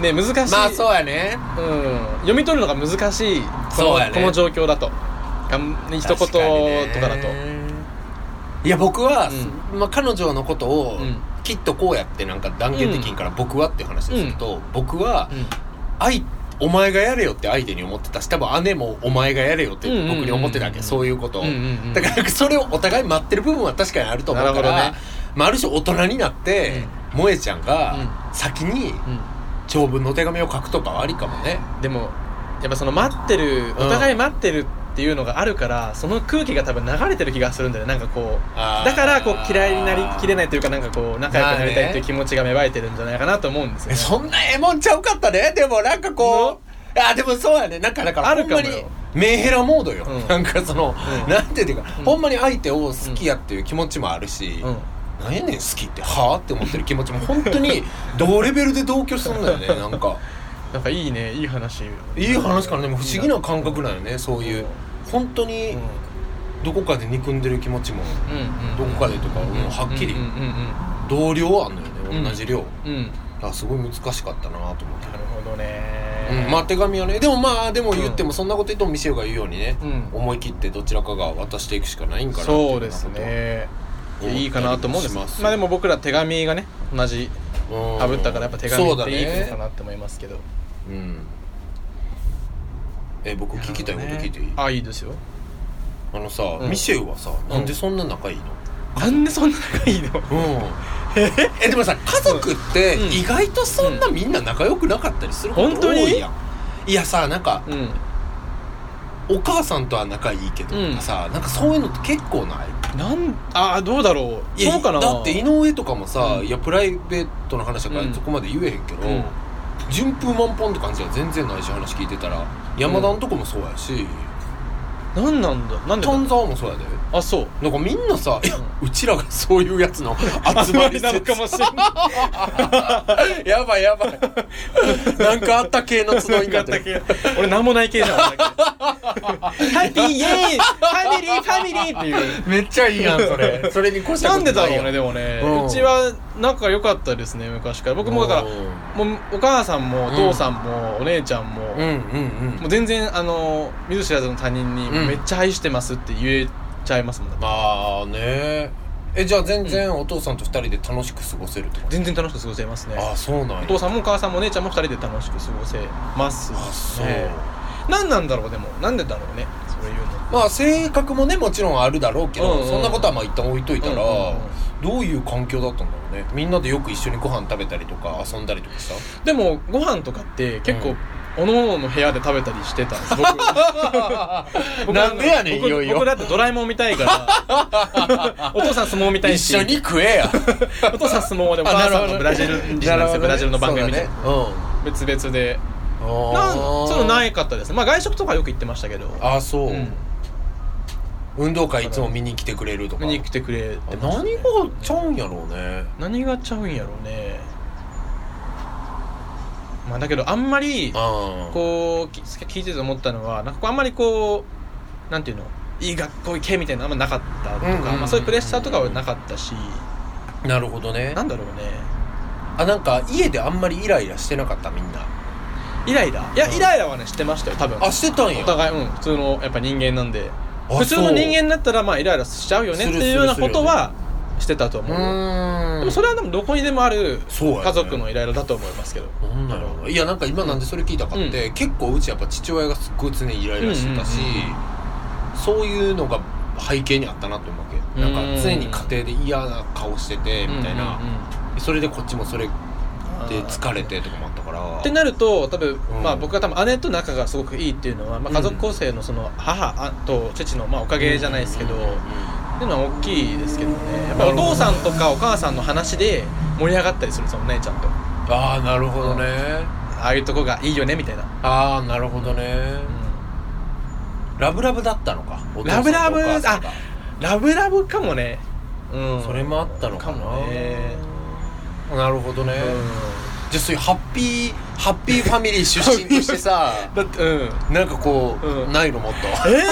Speaker 1: ね難しい
Speaker 2: まあそうやね
Speaker 1: うん、読み取るのが難しいこ
Speaker 2: そう
Speaker 1: の,、
Speaker 2: やね
Speaker 1: この状況だとがん一言と
Speaker 2: 確かにね
Speaker 1: かだと
Speaker 2: いや僕は、
Speaker 1: う
Speaker 2: まあ、彼女のことを、
Speaker 1: うん
Speaker 2: きっとこうやってなんか断言できんから、僕はっていう話ですけど、僕は、愛お前がやれよって相手に思ってたし多分姉もお前がやれよって僕に思ってたわけ、
Speaker 1: うんうんうんうん
Speaker 2: そういうことを、
Speaker 1: うんうんうん
Speaker 2: だからなんかそれをお互い待ってる部分は確かにあると思うか
Speaker 1: なるほ
Speaker 2: ら、
Speaker 1: どね
Speaker 2: まあ、ある種大人になって、萌えちゃんが
Speaker 1: う
Speaker 2: 先に
Speaker 1: う
Speaker 2: 長文の手紙を書くとかはありかもね
Speaker 1: んでもやっぱその待ってるお互い待ってるっていうのがあるから、その空気が多分流れてる気がするんだよねなんかこう
Speaker 2: あー
Speaker 1: だからこう嫌いになりきれないというかなんかこう仲良くなりたいっていう気持ちが芽生えてるんじゃないかなと思うんですよ、
Speaker 2: え
Speaker 1: ね、
Speaker 2: そんなええもんちゃうかったねでもなんかこうあでもそうやねなんかだから
Speaker 1: あ
Speaker 2: ほ
Speaker 1: る
Speaker 2: ん
Speaker 1: かも
Speaker 2: ま
Speaker 1: よ
Speaker 2: にメンヘラモードよ、
Speaker 1: うん
Speaker 2: なんかその、
Speaker 1: うん
Speaker 2: なんていうか、
Speaker 1: うん
Speaker 2: ほんまに相手を好きやっていう気持ちもあるし、
Speaker 1: うん
Speaker 2: なんやねん好きってはあって思ってる気持ちも本当に同レベルで同居するんだよねなんか
Speaker 1: なんかいいねいい話
Speaker 2: いい話からねもう不思議な感覚
Speaker 1: な
Speaker 2: なんよねそういう
Speaker 1: うん
Speaker 2: 本当
Speaker 1: うん
Speaker 2: にどこかで憎んでる気持ちも
Speaker 1: うんうん
Speaker 2: どこかでとかもう
Speaker 1: うん
Speaker 2: はっきり
Speaker 1: うん
Speaker 2: 同量あんのよ
Speaker 1: うん
Speaker 2: ね同じ量
Speaker 1: うんうんうん
Speaker 2: あすごい難しかったなと思って
Speaker 1: なるほどね、
Speaker 2: うんまあ手紙はねでもまあでも言ってもそんなこと言ってもミシェルが言うようにね
Speaker 1: うん
Speaker 2: 思い切ってどちらかが渡していくしかないんかなってい
Speaker 1: そう
Speaker 2: よ
Speaker 1: で
Speaker 2: な
Speaker 1: す
Speaker 2: ことを
Speaker 1: ね
Speaker 2: 思ったりも
Speaker 1: いいかなと思うんです
Speaker 2: し
Speaker 1: ま
Speaker 2: ます
Speaker 1: あでも僕ら手紙がね同じ
Speaker 2: うん
Speaker 1: あぶったからやっぱ手紙
Speaker 2: そう
Speaker 1: っ
Speaker 2: だ
Speaker 1: ていいの
Speaker 2: ね
Speaker 1: かなって思いますけど、
Speaker 2: うんえ僕聞きたいこと聞いていい
Speaker 1: あいいですよ
Speaker 2: あのさ、
Speaker 1: うん
Speaker 2: ミシェウはさなんでそんな仲いいの、
Speaker 1: なんでそんな仲いいの
Speaker 2: うん、えでもさ家族って
Speaker 1: うん
Speaker 2: 意外とそんなみんな仲良くなかったりするこ
Speaker 1: 本
Speaker 2: と
Speaker 1: 当
Speaker 2: 多
Speaker 1: に
Speaker 2: いやんいやさなんか
Speaker 1: うん
Speaker 2: お母さんとは仲いいけどとかさ、なんかそういうのって結構ない
Speaker 1: なんあどうだろう
Speaker 2: いや
Speaker 1: そうかな
Speaker 2: だって井上とかもさ、
Speaker 1: うん
Speaker 2: いやプライベートの話だか
Speaker 1: うん
Speaker 2: らそこまで言えへんけど、
Speaker 1: うん
Speaker 2: 順風満帆って感じは全然ないし話聞いてたら山田のとこもそうやし、
Speaker 1: なんなんだなんで
Speaker 2: 丹沢もそうやで
Speaker 1: あそう
Speaker 2: なんかみんなさ、いやうちらがそういうやつの 集まり
Speaker 1: なのかもしれない
Speaker 2: やばいや ばい。なんかあった系の集いになってる。
Speaker 1: 俺なんもない系じゃんハッピーイエーイファミリーファミリーっていう
Speaker 2: めっちゃいいやん、それ。 それに越した
Speaker 1: な
Speaker 2: こ
Speaker 1: ん
Speaker 2: と
Speaker 1: で
Speaker 2: い
Speaker 1: だろ
Speaker 2: や
Speaker 1: うねでもね
Speaker 2: うん
Speaker 1: うちは仲良かったですね昔から僕もだからもうお母さんもお父さんもお姉ちゃんも、
Speaker 2: うんうんう
Speaker 1: も
Speaker 2: ん。
Speaker 1: う全然あの見ず知らずの他人に
Speaker 2: うん
Speaker 1: めっちゃ愛してますって言えちゃいますもんだって
Speaker 2: まあね。え、じゃあ全然お父さんと二人で楽しく過ごせるってこ
Speaker 1: 全然楽しく過ごせますね
Speaker 2: とああ、そうなん
Speaker 1: お
Speaker 2: や。
Speaker 1: 父さんもお母さんもお姉ちゃんも二人で楽しく過ごせます
Speaker 2: あそう。
Speaker 1: ね何なんだろうでもなんでだろうねそういうの
Speaker 2: まあ性格もね、もちろんあるだろうけ
Speaker 1: うんう
Speaker 2: ど、
Speaker 1: ん
Speaker 2: そんなことはまあ一旦置いといたら
Speaker 1: うんうんうん、
Speaker 2: どういう環境だったんだろうね。みんなでよく一緒にご飯食べたりとか遊んだりとか した
Speaker 1: でもご飯とかって結構、
Speaker 2: うん
Speaker 1: おのおのの部屋で食べたりしてたん です僕僕
Speaker 2: なんでやねん
Speaker 1: 僕
Speaker 2: いよいよ
Speaker 1: 僕だってドラえもん見たいから お父さん相撲見たい
Speaker 2: 一
Speaker 1: し
Speaker 2: 緒に食えや。
Speaker 1: お父さん相撲でお母さんのブラジル人なんですよ、ブラジルの番組みたいな、
Speaker 2: なるほどね。そうだねうん。
Speaker 1: 別々でなん
Speaker 2: あ
Speaker 1: そういうのないいかったですねまあ外食とかよく行ってましたけど
Speaker 2: あそう、
Speaker 1: うん
Speaker 2: 運動会いつも見に来てくれるとか
Speaker 1: 見に来てくれ
Speaker 2: あ
Speaker 1: てました
Speaker 2: 何
Speaker 1: ね
Speaker 2: がちゃうんやろうね
Speaker 1: 何がちゃうんやろうねまあだけどあんまり
Speaker 2: ああ
Speaker 1: こうき聞いてて思ったのはなんかこうあんまりこうなんていうのいい学校行けみたいなのあんまなかったとか、
Speaker 2: うんうんうんうん
Speaker 1: まあ、そういうプレッシャーとかはなかったし
Speaker 2: なるほどね
Speaker 1: なんだろうね
Speaker 2: あなんか家であんまりイライラしてなかったみんな
Speaker 1: イライラいや、
Speaker 2: うん
Speaker 1: イライラはねしてましたよ多分
Speaker 2: あしてたん
Speaker 1: お
Speaker 2: や
Speaker 1: 互い、うん、普通のやっぱ人間なんで
Speaker 2: あ
Speaker 1: 普通の
Speaker 2: そう
Speaker 1: 人間だったらまあイライラしちゃうよねっ
Speaker 2: す
Speaker 1: て
Speaker 2: る
Speaker 1: いうようなことはしてたと思
Speaker 2: う
Speaker 1: う
Speaker 2: ーん
Speaker 1: でもそれはでもどこにでもある
Speaker 2: そうやね
Speaker 1: 家族のイライラだと思いますけど
Speaker 2: なんだろういやなんか今なんでそれ聞いたかって、結構うちやっぱ父親がすっごい常にイライラしてたし、
Speaker 1: うんうんうん
Speaker 2: そういうのが背景にあったなと思うわけなんか常に家庭で嫌な顔しててみたいな、
Speaker 1: うんうんうん
Speaker 2: それでこっちもそれで疲れてとかもあったから
Speaker 1: ってなると多分、
Speaker 2: うん
Speaker 1: まあ、僕が多分姉と仲がすごくいいっていうのは、まあ、家族構成のその母あと父の、まあ、おかげじゃないですけど、っていうのは大きいですけどねやっぱお父さんとかお母さんの話で盛り上がったりするんですよお姉ちゃんと
Speaker 2: ああなるほどね
Speaker 1: ああいうとこがいいよねみたいな、
Speaker 2: ああなるほどね
Speaker 1: う
Speaker 2: ラブラブだったのかお父さ
Speaker 1: ラ
Speaker 2: んと
Speaker 1: ブ
Speaker 2: お
Speaker 1: ラブ
Speaker 2: 母さんが
Speaker 1: んラブラブかもね、うん、
Speaker 2: それもあったのかな
Speaker 1: かもね
Speaker 2: なるほどね
Speaker 1: う
Speaker 2: じゃあそういうハッピーハッピーファミリー出身として さ
Speaker 1: んだってうん
Speaker 2: なんかこう、
Speaker 1: うん
Speaker 2: ないのもっ と
Speaker 1: え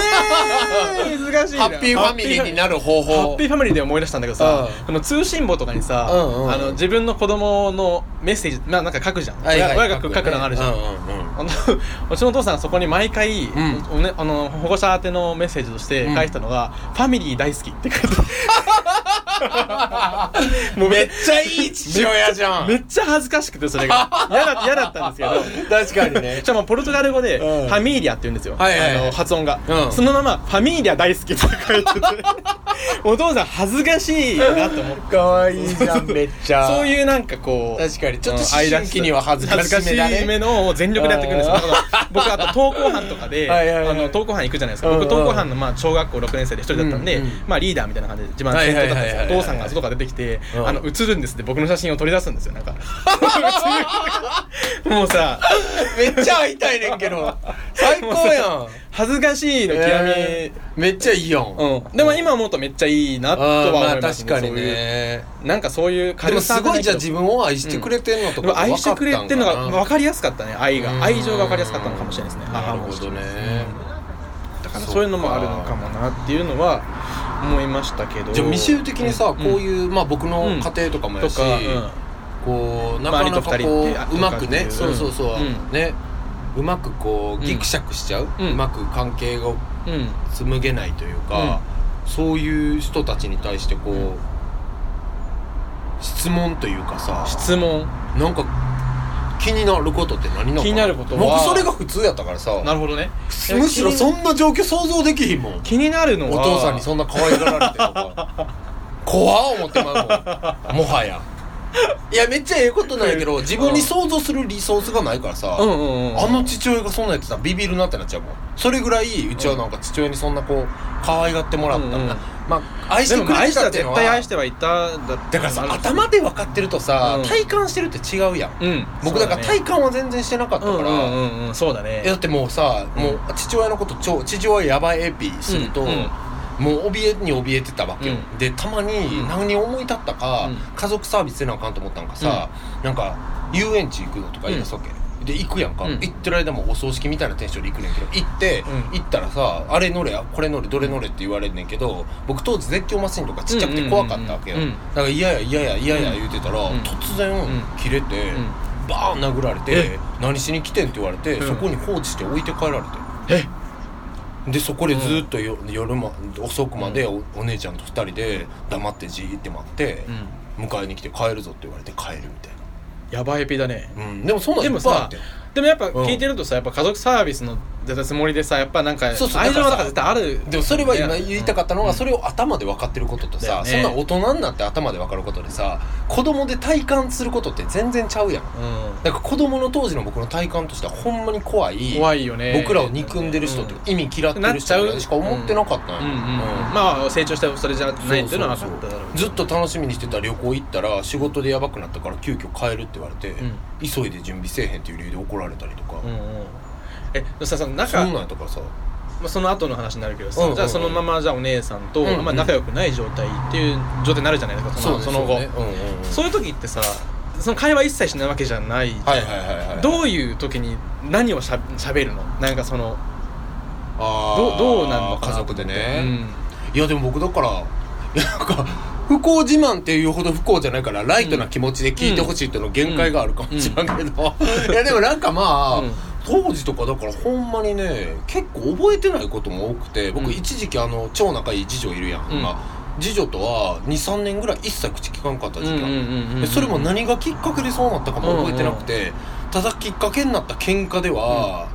Speaker 1: えー、 難しいな
Speaker 2: ハッピーファミリーになる方法
Speaker 1: ハッピーファミリーで思い出したんだけどさ、
Speaker 2: うん
Speaker 1: この通信簿とかにさ、
Speaker 2: うんうん
Speaker 1: あの自分の子供のメッセージ、まあ、なんか書くじゃん、
Speaker 2: はいはい
Speaker 1: 親が書くのあるじゃん、
Speaker 2: うんうんうん
Speaker 1: あの うちのお父さんはそこに毎回、
Speaker 2: ん
Speaker 1: おね、あの保護者宛てのメッセージとして返したのが「ファミリー大好き」って書いて
Speaker 2: もうめっちゃいい父親じゃん
Speaker 1: めっちゃ恥ずかしくてそ れが嫌だ嫌だったんですけど
Speaker 2: 確かにね
Speaker 1: じゃあもうポルトガル語で「フ
Speaker 2: うん
Speaker 1: ァミーリア」って言うんですよ、
Speaker 2: はいはいはい
Speaker 1: あの発音が、
Speaker 2: うん
Speaker 1: そのまま「ファミーリア大好き」って書い ててお父さん恥ずかしいなと思って
Speaker 2: かわいいじゃんめっちゃ
Speaker 1: そう
Speaker 2: う
Speaker 1: いうなんかこう
Speaker 2: 確かにちょっと
Speaker 1: うん
Speaker 2: 思春期には恥ずかしめだね
Speaker 1: 恥ずかしめのを全力でやってくるんですよ
Speaker 2: あ
Speaker 1: だ
Speaker 2: ー
Speaker 1: から僕あと登校班とかで
Speaker 2: はいはいはい
Speaker 1: あの登校班行くじゃないですか
Speaker 2: うんうん
Speaker 1: 僕登校班のまあ小学校6年生で一人だったんで
Speaker 2: うんうん
Speaker 1: まあリーダーみたいな感じで自慢先頭だったんです
Speaker 2: はいはいはいはい
Speaker 1: よお父さんが外から出てきて
Speaker 2: うん
Speaker 1: あの映るんですって僕の写真を取り出すんですよな んかもうさ
Speaker 2: めっちゃ会いたいねんけど最高やん
Speaker 1: 恥ずか しいの極み、
Speaker 2: えーめっちゃいいやん
Speaker 1: うん、でも今思うとめっちゃいいな
Speaker 2: あ
Speaker 1: とは
Speaker 2: ーま
Speaker 1: 思
Speaker 2: あ
Speaker 1: います
Speaker 2: 確
Speaker 1: ね
Speaker 2: かに
Speaker 1: そういう
Speaker 2: ね
Speaker 1: なんかそういう
Speaker 2: でもすごいじゃあ
Speaker 1: 軽さ
Speaker 2: 自分を愛してくれてんのと
Speaker 1: でも
Speaker 2: か
Speaker 1: 愛してくれってのが
Speaker 2: 分か
Speaker 1: 分かりやすかったね愛
Speaker 2: う
Speaker 1: が
Speaker 2: ん
Speaker 1: 愛情が分かりやすかったのかもしれないですね
Speaker 2: ったんかなな
Speaker 1: 母
Speaker 2: る
Speaker 1: も
Speaker 2: ほどね
Speaker 1: だからそういうのもあるのかもなっていうのは思いましたけど
Speaker 2: じゃあ未就的にさ
Speaker 1: ん
Speaker 2: こういうまあ僕の
Speaker 1: う
Speaker 2: 家
Speaker 1: ん
Speaker 2: 庭とかもや
Speaker 1: と
Speaker 2: し
Speaker 1: か、うん
Speaker 2: こうなかなか
Speaker 1: 周りと
Speaker 2: こ
Speaker 1: 二人って
Speaker 2: ううまく
Speaker 1: とかってい
Speaker 2: ね
Speaker 1: う
Speaker 2: そうそうそう
Speaker 1: うん
Speaker 2: ねうまくこ
Speaker 1: う
Speaker 2: うんギクシャクしちゃう
Speaker 1: うん
Speaker 2: うまく関係が
Speaker 1: うん
Speaker 2: 紡げないというかそういう人たちに対してこう質問というかさ
Speaker 1: 質問
Speaker 2: なんか気になることって何なのか
Speaker 1: 気になることは
Speaker 2: 僕それが普通やったからさ
Speaker 1: なるほどね
Speaker 2: むしろそんな状況想像できひんもん
Speaker 1: 気になるの
Speaker 2: お
Speaker 1: は
Speaker 2: 父さんにそんな可愛がられてとか怖っ思ってまうもんもはや いやめっちゃええことなんやけど自分に想像するリソースがないからさ、
Speaker 1: うんうんうん
Speaker 2: あの父親がそんなんやってたらビビるなってなっちゃうもんそれぐらいうちはなんか父親にそんなこう可愛がってもらった、
Speaker 1: うんうん
Speaker 2: まあ愛し
Speaker 1: で
Speaker 2: て
Speaker 1: も
Speaker 2: く
Speaker 1: まあ
Speaker 2: れ
Speaker 1: 愛
Speaker 2: て
Speaker 1: し
Speaker 2: た
Speaker 1: ては
Speaker 2: っていうのは
Speaker 1: 絶対愛してはいただ
Speaker 2: だからさ
Speaker 1: うん
Speaker 2: 頭で分かってるとさ、
Speaker 1: うん
Speaker 2: 体感してるって違うやん
Speaker 1: うん
Speaker 2: 僕だから体感は全然してなかった
Speaker 1: そう
Speaker 2: か
Speaker 1: だ
Speaker 2: ら、
Speaker 1: ねうんうんうんそうだね
Speaker 2: えだってもうさ、もう父親のこと超父親やばいエピすると、
Speaker 1: うんうん
Speaker 2: もう怯えに怯えてたわけよ、
Speaker 1: う
Speaker 2: でたまに何に思い立ったか、
Speaker 1: うん
Speaker 2: 家族サービスせなあかんと思ったんかさ、なんか遊園地行くのとか言い出すわけ、で行くやんか、
Speaker 1: うん
Speaker 2: 行ってる間もお葬式みたいなテンションで行くねんけど行って、
Speaker 1: うん
Speaker 2: 行ったらさあれ乗れあこれ乗れどれ乗れって言われんねんけど僕当時絶叫マシンとかちっちゃくて怖かったわけよ、
Speaker 1: うんうんうんうん
Speaker 2: だから嫌や嫌や嫌や言うてたら、
Speaker 1: うん
Speaker 2: 突然、
Speaker 1: ん
Speaker 2: 切れて、
Speaker 1: うん
Speaker 2: バーン殴られて
Speaker 1: え
Speaker 2: 「何しに来てん?」って言われて、
Speaker 1: うん
Speaker 2: そこに放置して置いて帰られて
Speaker 1: え
Speaker 2: でそこでずっとよ、夜も遅くまでおお姉ちゃんと二人で黙ってじーって待って、
Speaker 1: うん
Speaker 2: 迎えに来て帰るぞって言われて帰るみたい
Speaker 1: やばいエピだね
Speaker 2: な、うん、でもそんなんい
Speaker 1: で
Speaker 2: っぱ
Speaker 1: も
Speaker 2: い
Speaker 1: さ
Speaker 2: あって
Speaker 1: でもやっぱ
Speaker 2: ん
Speaker 1: 聞いてるとさ、やっぱ家族サービスの出たつもりでさやっぱなんか
Speaker 2: そうそう
Speaker 1: 愛情は
Speaker 2: だ
Speaker 1: だ
Speaker 2: か
Speaker 1: から
Speaker 2: さ
Speaker 1: ら絶対ある
Speaker 2: でもそれは今言いたかったのが、
Speaker 1: うん
Speaker 2: それを頭で分かってることと
Speaker 1: だ
Speaker 2: さ、
Speaker 1: よね
Speaker 2: そんなん大人になって頭で分かることでさ子供で体感することって全然ちゃうやん
Speaker 1: うん
Speaker 2: なんか子供の当時の僕の体感としてはほんまに怖い
Speaker 1: 怖いよね
Speaker 2: 僕らを憎んでる人って意味嫌ってる人ぐらいしか思ってなかったんや
Speaker 1: うんうんう
Speaker 2: うん
Speaker 1: んまあ成長してそれじゃないっていうのは分かっただろう
Speaker 2: ずっと楽しみにしてた旅行行ったら仕事でやばくなったから急遽帰るって言われて、
Speaker 1: うん
Speaker 2: 急いで準備せえへんっていう理由で怒られたりとか、
Speaker 1: うんうんえでもさその
Speaker 2: そん
Speaker 1: 仲
Speaker 2: なん
Speaker 1: ま
Speaker 2: やったからさ
Speaker 1: あその後の話になるけど
Speaker 2: うんうんう
Speaker 1: さ
Speaker 2: ん
Speaker 1: じゃあそのままじゃあお姉さんと
Speaker 2: うんうん
Speaker 1: あんま仲良くない状態っていう状態になるじゃないですかそのその後
Speaker 2: ねうんうんうん
Speaker 1: そういう時ってさその会話一切しないわけじゃない
Speaker 2: はいはいはいはい
Speaker 1: どういう時に何をしゃしゃべるのなんかその
Speaker 2: あ
Speaker 1: ど
Speaker 2: ー
Speaker 1: うどうなんのか
Speaker 2: 家
Speaker 1: な
Speaker 2: 族でね、
Speaker 1: うん
Speaker 2: いやでも僕だからいやなんか不幸自慢っていうほど不幸じゃないからライトな気持ちで聞いてほしいっていうの限界があるかもしれんけど、いやでもなんかまあ、
Speaker 1: うん
Speaker 2: 当時とかだからほんまにね結構覚えてないことも多くて
Speaker 1: う
Speaker 2: 僕
Speaker 1: ん
Speaker 2: 一時期あの超仲いい次女いるやん、
Speaker 1: うん
Speaker 2: まあ次女とは23年ぐらい一切口聞かんかった時期あってでそれも
Speaker 1: な
Speaker 2: 何がきっかけでそうなったかも覚えてなくて、ただきっかけになった喧嘩では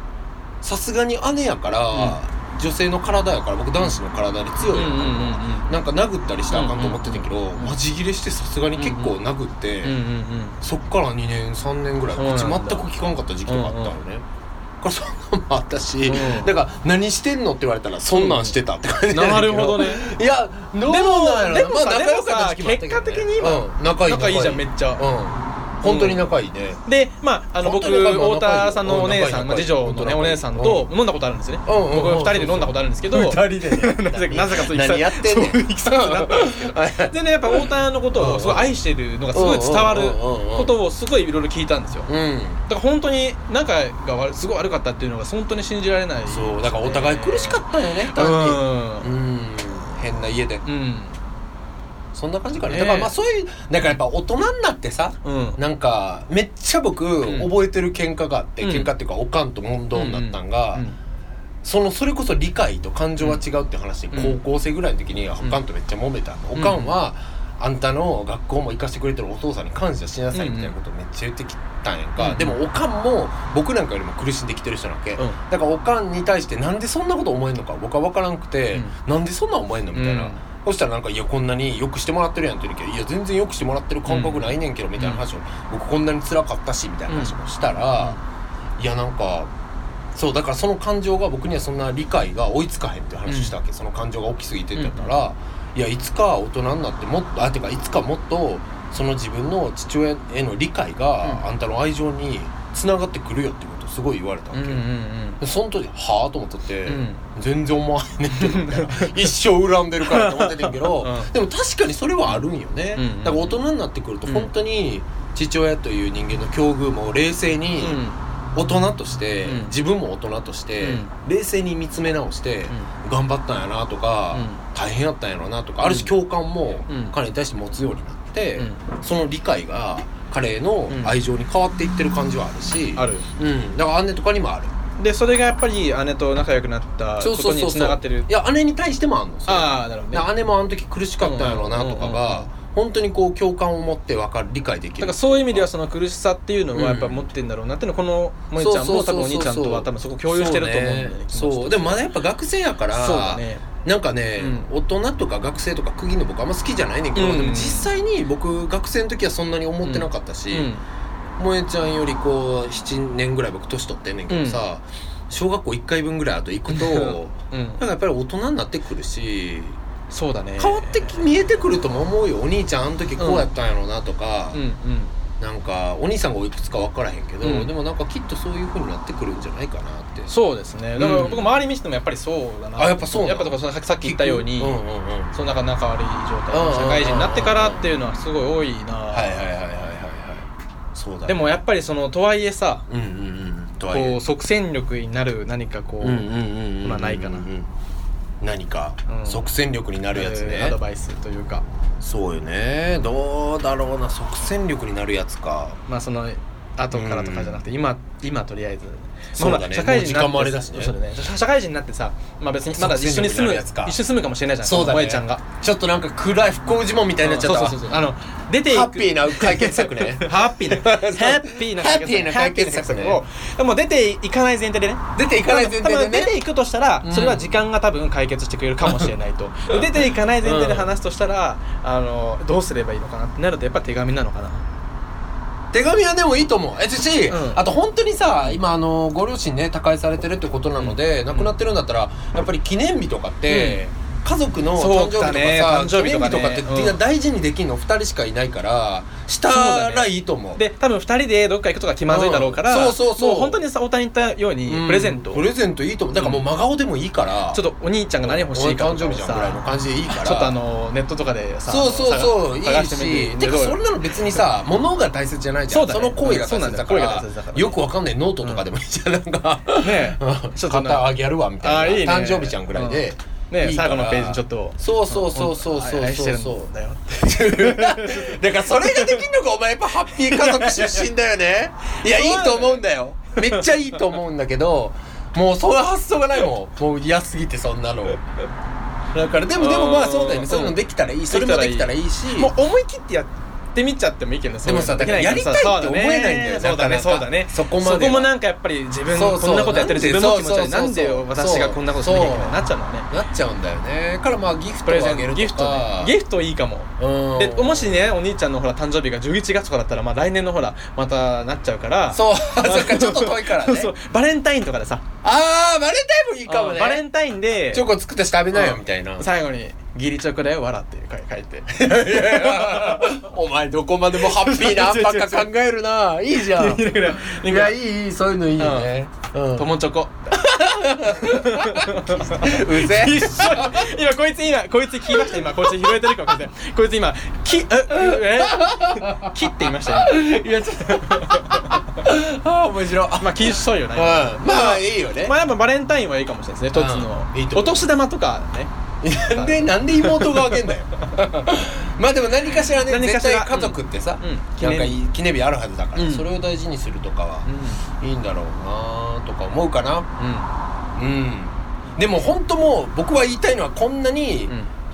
Speaker 2: さすがに姉やから、女性の体やから僕男子の体で強いやんか、なんか殴ったりしたらあかんと思ってたけど、
Speaker 1: んうん
Speaker 2: マジ切れしてさすがに結構殴って、
Speaker 1: うんうんうんうん
Speaker 2: そっから2年3年ぐらい
Speaker 1: そうなん
Speaker 2: 口
Speaker 1: だ
Speaker 2: 全く聞かんかった時期とかあったのね、これそんなんもあったし、
Speaker 1: うん
Speaker 2: だから何してんのって言われたらそんなんしてたって感じやねんけ
Speaker 1: なるほどね
Speaker 2: いやどうなんや
Speaker 1: で
Speaker 2: ろ
Speaker 1: もさ
Speaker 2: 仲良かった時期もあったけどね
Speaker 1: でもさ結果的に今
Speaker 2: うん、仲いい
Speaker 1: 仲いいじゃんめっちゃ
Speaker 2: うん本当に仲いいね
Speaker 1: でまああの
Speaker 2: 本
Speaker 1: 僕
Speaker 2: 当に仲いい
Speaker 1: 太田さんのお姉さ
Speaker 2: うん仲
Speaker 1: ん、ま
Speaker 2: い
Speaker 1: あ、
Speaker 2: い
Speaker 1: 次女のねお姉さんと飲んだことあるんですね、
Speaker 2: うんうんうん
Speaker 1: 僕二人で飲んだことあるんですけど、 なぜ
Speaker 2: 人で
Speaker 1: なぜかそういう
Speaker 2: 何やってんねん
Speaker 1: そういういきさつになったんですけどでねやっぱ太田のことをすごい愛してるのがすごい伝わることをすごいいろいろ聞いたんですよ
Speaker 2: うん
Speaker 1: だから本当に仲が悪すごい悪かったっていうのが本当に信じられない
Speaker 2: そうだからお互い苦しかったよね
Speaker 1: う
Speaker 2: 単に
Speaker 1: ん
Speaker 2: うん変な家で
Speaker 1: うん
Speaker 2: そんな感じかね
Speaker 1: ねえ
Speaker 2: だからまあそういうだからやっぱ大人になってさ
Speaker 1: うん
Speaker 2: なんかめっちゃ僕
Speaker 1: ん
Speaker 2: 覚えてる喧嘩があって、
Speaker 1: うん
Speaker 2: 喧嘩っていうかおかんと問答になったんが、
Speaker 1: うん
Speaker 2: そのそれこそ理解と感情は違うって話で、
Speaker 1: うん
Speaker 2: 高校生ぐらいの時におかんとめっちゃ揉めた、
Speaker 1: ん
Speaker 2: おかんはあんたの学校も行かせてくれてるお父さんに感謝しなさいみたいなことをめっちゃ言ってきたんやんか、
Speaker 1: うん
Speaker 2: でもおかんも僕なんかよりも苦しんできてる人なわけ、
Speaker 1: うん
Speaker 2: だからおかんに対してなんでそんなこと思えんのか僕は分からんくて、なんでそんな思えんのみたいな、
Speaker 1: うん
Speaker 2: そしたらなんか「いやこんなによくしてもらってるやん」って言うけど「いや全然よくしてもらってる感覚ないねんけど」みたいな話を「僕こんなに辛かったし」みたいな話もしたら、いやなんかそうだからその感情が僕にはそんな理解が追いつかへんって話をしたわけ、その感情が大きすぎてってやったら、いやいつか大人になってもっとあてかいつかもっとその自分の父親への理解が、
Speaker 1: うん
Speaker 2: あんたの愛情につながってくるよってことをすごい言われたわ
Speaker 1: う
Speaker 2: け、
Speaker 1: んうんうん
Speaker 2: でその時はあと思ってて、
Speaker 1: うん
Speaker 2: 全然思わへんねんけどみたいな一生恨んでるからと思っててんけど、
Speaker 1: うん
Speaker 2: でも確かにそれはあるんよね、
Speaker 1: うんうん
Speaker 2: だから大人になってくると
Speaker 1: うん
Speaker 2: 本当に父親という人間の境遇も冷静に
Speaker 1: うん
Speaker 2: 大人として、
Speaker 1: うん
Speaker 2: 自分も大人として、
Speaker 1: うん
Speaker 2: 冷静に見つめ直して、頑張ったんやなとか、大変やったんやろなとかある種共感も
Speaker 1: うん
Speaker 2: 彼に対して持つようになって、
Speaker 1: うん
Speaker 2: その理解が彼の愛情に変わっていってる感じはあるし、
Speaker 1: ある
Speaker 2: うん、だから姉とかにもある
Speaker 1: でそれがやっぱり姉と仲良くなった
Speaker 2: そうそ
Speaker 1: こと
Speaker 2: うそ
Speaker 1: に
Speaker 2: う
Speaker 1: つ
Speaker 2: そ
Speaker 1: な
Speaker 2: う
Speaker 1: がってる
Speaker 2: いや姉に対してもあんのそれ
Speaker 1: ああなるほどね
Speaker 2: だから姉もあの時苦しかったんやろうなとかが、
Speaker 1: うん
Speaker 2: 本当にこう共感を持ってわかる理解できる
Speaker 1: だからそういう意味ではその苦しさっていうのはやっぱ持ってんだろうなっていうのはこの萌ちゃん
Speaker 2: そ
Speaker 1: も
Speaker 2: うそうそうそう
Speaker 1: 多分お兄ちゃんとは多分そこ共有してると思うんだよね気持ち
Speaker 2: そ
Speaker 1: と
Speaker 2: う,、
Speaker 1: して
Speaker 2: そうでもまだやっぱ学生やから
Speaker 1: そうだね
Speaker 2: なんかね、
Speaker 1: う
Speaker 2: 大人とか学生とか区切るの僕あんま好きじゃないねんけど、
Speaker 1: う
Speaker 2: で
Speaker 1: ん
Speaker 2: も実際に僕学生の時はそんなに思ってなかったし、萌えちゃんよりこう7年ぐらい僕年取ってんねんけどさ、小学校1回分ぐらい後行くと
Speaker 1: うん、うん
Speaker 2: なんかやっぱり大人になってくるし
Speaker 1: そうだね
Speaker 2: 変わってき見えてくるとも思うよお兄ちゃんあの時こうやったんやろうなとか、
Speaker 1: うんうん
Speaker 2: なんかお兄さんがおいくつか分からへんけど、
Speaker 1: うん
Speaker 2: でもなんかきっとそういう風になってくるんじゃないかなって
Speaker 1: そうですねだから
Speaker 2: うん
Speaker 1: 僕周り見ててもやっぱりそうだな
Speaker 2: あやっぱそうなの
Speaker 1: やっぱだからそのさっき言ったように、
Speaker 2: うんうんうんはい
Speaker 1: そのなんか仲悪い状態
Speaker 2: うん
Speaker 1: の社会人になってからっていうのはすごい多いな、
Speaker 2: はいはいはいはいはいそうだね
Speaker 1: でもやっぱりそのとはいえさ
Speaker 2: うんうんうんとはい
Speaker 1: こ
Speaker 2: え
Speaker 1: う即戦力になる何かこ
Speaker 2: う
Speaker 1: う、
Speaker 2: んうんうんうん
Speaker 1: まあないかな
Speaker 2: 何か
Speaker 1: うん
Speaker 2: 即戦力になるやつ
Speaker 1: えーア
Speaker 2: ね
Speaker 1: ドバイスというか
Speaker 2: そうよねどうだろうな即戦力になるやつか
Speaker 1: まあその後からとかじゃなくて、今今とりあえず
Speaker 2: そうだね
Speaker 1: まあほら社会人になって
Speaker 2: もう時間もあれだしね
Speaker 1: そうだね社社会人になってさまあ別にまだ一緒に住
Speaker 2: 即戦力にな
Speaker 1: む
Speaker 2: るやつか
Speaker 1: 一緒に住むかもしれないじゃん
Speaker 2: そうだ
Speaker 1: 萌
Speaker 2: ね
Speaker 1: えちゃんが
Speaker 2: ちょっとなんか暗い不幸自慢みたいになっちゃったわ
Speaker 1: そうそうそうそうあの出ていく
Speaker 2: ハッピーな解決策ね
Speaker 1: ハッピー なハッピーな
Speaker 2: ハッピーな解決策ね
Speaker 1: をでも出ていかない前提でね
Speaker 2: 出ていかない前提で
Speaker 1: 多分出て
Speaker 2: ね
Speaker 1: いくとしたら、
Speaker 2: うん
Speaker 1: それは時間が多分解決してくれるかもしれないとで出ていかない前提で話すとしたら、あのどうすればいいのかなってなるとやっぱ手紙なのかな
Speaker 2: 手紙はでもいいと思うえちし、
Speaker 1: うん
Speaker 2: あと本当にさ今あのご両親ね他界されてるってことなので、
Speaker 1: うん
Speaker 2: 亡くなってるんだったらやっぱり記念日とかって、家族の
Speaker 1: そ
Speaker 2: 誕
Speaker 1: う
Speaker 2: 生日とかさ、
Speaker 1: だね
Speaker 2: 記
Speaker 1: 誕生日
Speaker 2: 念
Speaker 1: と
Speaker 2: 日
Speaker 1: かね
Speaker 2: とかって、
Speaker 1: うん
Speaker 2: 大事にできるの2人しかいないからし
Speaker 1: そう
Speaker 2: た
Speaker 1: だ
Speaker 2: ら
Speaker 1: ね
Speaker 2: いいと思う
Speaker 1: で多分2人でどっか行くとか気まずいだろうから、
Speaker 2: うんそうそうそう
Speaker 1: もう本当にさ大谷言ったように
Speaker 2: うん
Speaker 1: プレゼント、
Speaker 2: プレゼントいいと思うだからもう真顔でもいいから、
Speaker 1: ちょっとお兄ちゃんが何欲しいか
Speaker 2: 俺誕生日じゃんぐらいの
Speaker 1: さ
Speaker 2: 感じでいいから
Speaker 1: ちょっとあのネットとかでさ
Speaker 2: そうそうそういい
Speaker 1: 探してみて
Speaker 2: しでかそんなの別にさ物が大切じゃないじゃん
Speaker 1: そうだね
Speaker 2: の行為が大切だから
Speaker 1: そうなんだよ行為が大切だから
Speaker 2: よくわかんないノートとかでもいいじゃん、なんか
Speaker 1: ね
Speaker 2: ち
Speaker 1: ち
Speaker 2: ょっ
Speaker 1: ょっ
Speaker 2: と
Speaker 1: とな
Speaker 2: 肩あげやるわみた
Speaker 1: あ
Speaker 2: い
Speaker 1: いい
Speaker 2: な
Speaker 1: ね
Speaker 2: 誕生日ちゃんぐらいで
Speaker 1: ね
Speaker 2: いいか
Speaker 1: 最
Speaker 2: ら
Speaker 1: 後のページにちょっと
Speaker 2: そうそうそうそうそう
Speaker 1: 愛して
Speaker 2: そう
Speaker 1: る
Speaker 2: そ
Speaker 1: んだよって
Speaker 2: う だからそれができるのがお前やっぱハッピー家族出身だよ ねいや
Speaker 1: そう
Speaker 2: い
Speaker 1: だ
Speaker 2: い
Speaker 1: ね
Speaker 2: と思うんだよめっちゃいいと思うんだけどもうそういう発想がないもんもう嫌すぎてそんなのだからでもでもまあそうだよね
Speaker 1: うん
Speaker 2: そういうのできたらいいそれもできたらいいし
Speaker 1: もう思い切ってやってみちゃってもいいけどね
Speaker 2: でもさだからやりたいって思えないんだよ
Speaker 1: そうだね
Speaker 2: なかなか
Speaker 1: そうだね
Speaker 2: そこまでは
Speaker 1: そこもなんかやっぱり自分
Speaker 2: そうそう
Speaker 1: こんなことやってる自分の気持ちで
Speaker 2: な
Speaker 1: なんん
Speaker 2: で
Speaker 1: で
Speaker 2: そうそうそう
Speaker 1: 私がこんなことしなきゃいけないなっちゃうのね
Speaker 2: なっちゃうんだよねからまあギフ
Speaker 1: プ
Speaker 2: ト
Speaker 1: レ
Speaker 2: を
Speaker 1: ゼ
Speaker 2: あげる
Speaker 1: ン
Speaker 2: とか
Speaker 1: トギフトねギフトいいかも
Speaker 2: うん
Speaker 1: でもしねお兄ちゃんのほら誕生日が11月とかだったらまあ来年のほらまたなっちゃうから
Speaker 2: そう そっかちょっと遠いからね
Speaker 1: そうバレンタインとかでさ
Speaker 2: あーバレンタインもいいかも
Speaker 1: あ
Speaker 2: ね
Speaker 1: ーバレンタインで
Speaker 2: チョコ作って食べなよ
Speaker 1: うん
Speaker 2: みたいな
Speaker 1: 最後に「ギリチョコだよわら」って書い書いて
Speaker 2: お前どこまでもハッピーなばっか考えるないいじゃんいやいいいいそういうのいいよねうん
Speaker 1: 友チョコ
Speaker 2: うぜ
Speaker 1: 一緒今こいつ今こいつ聞きました今こいつ拾えてるかもしれないこいつ今「き」ええ「き」って言いましたよ
Speaker 2: いやちょっと あー面白いうん
Speaker 1: まあ禁止そうよね
Speaker 2: まあいいよね
Speaker 1: まあやっぱバレンタインはいいかもしれないですね一つの
Speaker 2: うんいいと思う
Speaker 1: お年玉とかね
Speaker 2: なんでなんで妹があげんだ よまあでも何かしらね
Speaker 1: 何か
Speaker 2: 絶
Speaker 1: しら
Speaker 2: 対家族ってさ、
Speaker 1: うんうん記
Speaker 2: な
Speaker 1: 念
Speaker 2: んかいい記念日あるはずだから、
Speaker 1: うん
Speaker 2: それを大事にするとか
Speaker 1: う
Speaker 2: は
Speaker 1: ん
Speaker 2: いいんだろうなとか思うかな
Speaker 1: うん
Speaker 2: うんでも本当もう僕は言いたいのはこんなに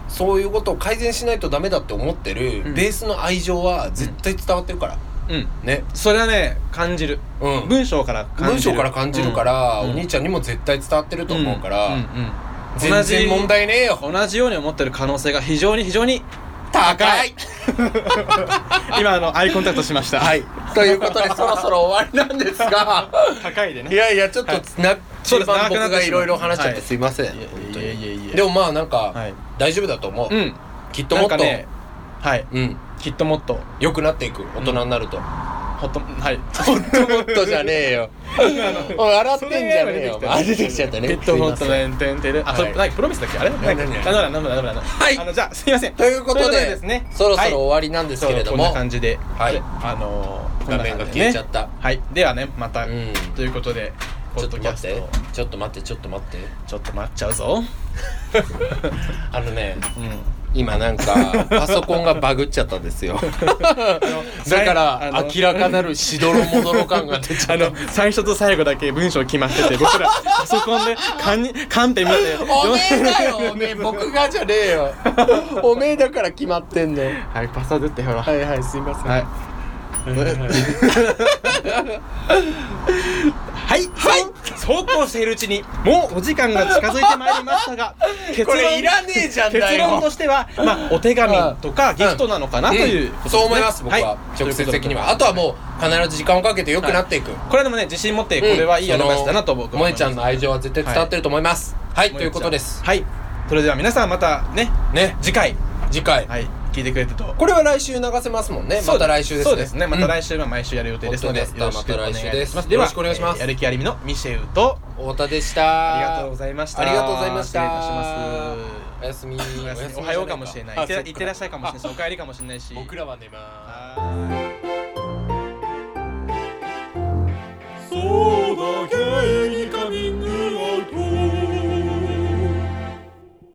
Speaker 2: そういうことを改善しないとダメだって思ってる、
Speaker 1: うん
Speaker 2: ベースの愛情は絶対伝わってるから、
Speaker 1: うんうん
Speaker 2: ね
Speaker 1: それはね感じる
Speaker 2: うん
Speaker 1: 文章から感じる
Speaker 2: 文章から感じるから、
Speaker 1: うん
Speaker 2: お兄ちゃんにも絶対伝わってると思うから、
Speaker 1: んん
Speaker 2: 全然問題ねえよ
Speaker 1: 同じように思ってる可能性が非常に非常に
Speaker 2: 高い
Speaker 1: 今あのアイコンタクトしました
Speaker 2: はい。ということで、そろそろ終わりなんですが、
Speaker 1: 高いでね
Speaker 2: いやいや、ちょっと
Speaker 1: はい
Speaker 2: つな、
Speaker 1: そう
Speaker 2: 中
Speaker 1: です
Speaker 2: 盤僕
Speaker 1: 長くなっ
Speaker 2: が
Speaker 1: てしまう
Speaker 2: いろいろ話しちゃっ
Speaker 1: は
Speaker 2: て
Speaker 1: い
Speaker 2: すいません。
Speaker 1: いや
Speaker 2: 本当
Speaker 1: いやいやい
Speaker 2: に。
Speaker 1: や
Speaker 2: でもまあ、なん
Speaker 1: は
Speaker 2: か
Speaker 1: い、
Speaker 2: 大丈夫だと思う
Speaker 1: う。ん
Speaker 2: きっと
Speaker 1: な
Speaker 2: も
Speaker 1: ん
Speaker 2: っと
Speaker 1: か、ねはい
Speaker 2: うん、
Speaker 1: きっともっと
Speaker 2: 良くなっていく、大人になると。
Speaker 1: ほっとはい
Speaker 2: ほんともっとじゃねえよ。 おい、笑ってんじゃねえよ。あ、
Speaker 1: あ
Speaker 2: 出てきちゃったね。
Speaker 1: きっともっと
Speaker 2: すいません
Speaker 1: ねんてんてんてんあそ
Speaker 2: は
Speaker 1: れ
Speaker 2: い
Speaker 1: 何プロミスだっけあれなんだっけ
Speaker 2: 何何
Speaker 1: あダメだダメだダメだダメだ
Speaker 2: はい
Speaker 1: あのじゃあすいませ ん
Speaker 2: ということ
Speaker 1: ということで
Speaker 2: で
Speaker 1: ですね、
Speaker 2: そろそ
Speaker 1: はい
Speaker 2: ろ終わりなんですけれど
Speaker 1: そうこんな
Speaker 2: も、
Speaker 1: 感じで
Speaker 2: は
Speaker 1: はいあのーこ
Speaker 2: 画
Speaker 1: んな
Speaker 2: 面
Speaker 1: 感
Speaker 2: が
Speaker 1: じで
Speaker 2: 消え
Speaker 1: ね
Speaker 2: ちゃった。
Speaker 1: はいではねまた
Speaker 2: うん。
Speaker 1: ということでポ
Speaker 2: ちょ
Speaker 1: ッ
Speaker 2: っ
Speaker 1: ド
Speaker 2: と
Speaker 1: キャ
Speaker 2: 待っ
Speaker 1: ス
Speaker 2: て
Speaker 1: ト、
Speaker 2: ちょっと待って、ちょっと待って。
Speaker 1: ちょっと待っちゃうぞ
Speaker 2: あのね、
Speaker 1: うん
Speaker 2: 今なんかパソコンがバグっちゃったんです よだから
Speaker 1: あの
Speaker 2: 明らかなるしどろもどろ感が出ちゃ
Speaker 1: あ
Speaker 2: う
Speaker 1: の最初と最後だけ文章決まってて僕らパソコンでカンニカンペ見て
Speaker 2: おめえだよ
Speaker 1: 読
Speaker 2: お
Speaker 1: ん
Speaker 2: め
Speaker 1: で
Speaker 2: え僕がじゃねえ よおめえだから決まってんねん
Speaker 1: はいパスワード打ってほら
Speaker 2: はいはいすいません
Speaker 1: はいはい、はい、そうこうしているうちにもうお時間が近づいてまいりましたが 結
Speaker 2: これいらねえじゃんだ
Speaker 1: 結
Speaker 2: よ
Speaker 1: 論としては、まあ、お手紙とかギフトなのかなという、
Speaker 2: うんそう思います僕は直接的にはあとはもう必ず時間をかけて良くなっていく
Speaker 1: これでもね自信持ってこれはいいアドバイスだなと僕は
Speaker 2: 萌
Speaker 1: 思い
Speaker 2: え
Speaker 1: ま
Speaker 2: ち
Speaker 1: す
Speaker 2: ゃんの愛情は絶対伝わってると思いますはいということです
Speaker 1: はいそれでは皆さんまたね
Speaker 2: ね
Speaker 1: 次回
Speaker 2: 次回
Speaker 1: はい聞いてくれてと
Speaker 2: これは来週流せますもんねまた来週ですね
Speaker 1: そうですねまた
Speaker 2: うん
Speaker 1: 来週は毎週やる予定ですので、
Speaker 2: ポッドキ
Speaker 1: よ
Speaker 2: ャ
Speaker 1: ろ
Speaker 2: スター
Speaker 1: しくお願いし
Speaker 2: また来週です
Speaker 1: ます
Speaker 2: よろしくお願いします
Speaker 1: ではえーやる気ありみのミシェウと
Speaker 2: 太田でした
Speaker 1: ありがとうございました
Speaker 2: ありがとうございました
Speaker 1: 失
Speaker 2: おやすみ
Speaker 1: おやすみおはようかもしれないいってらいってらっしゃいかもしれないしお帰りかもしれないし
Speaker 2: 僕らは寝ます
Speaker 1: はーいそう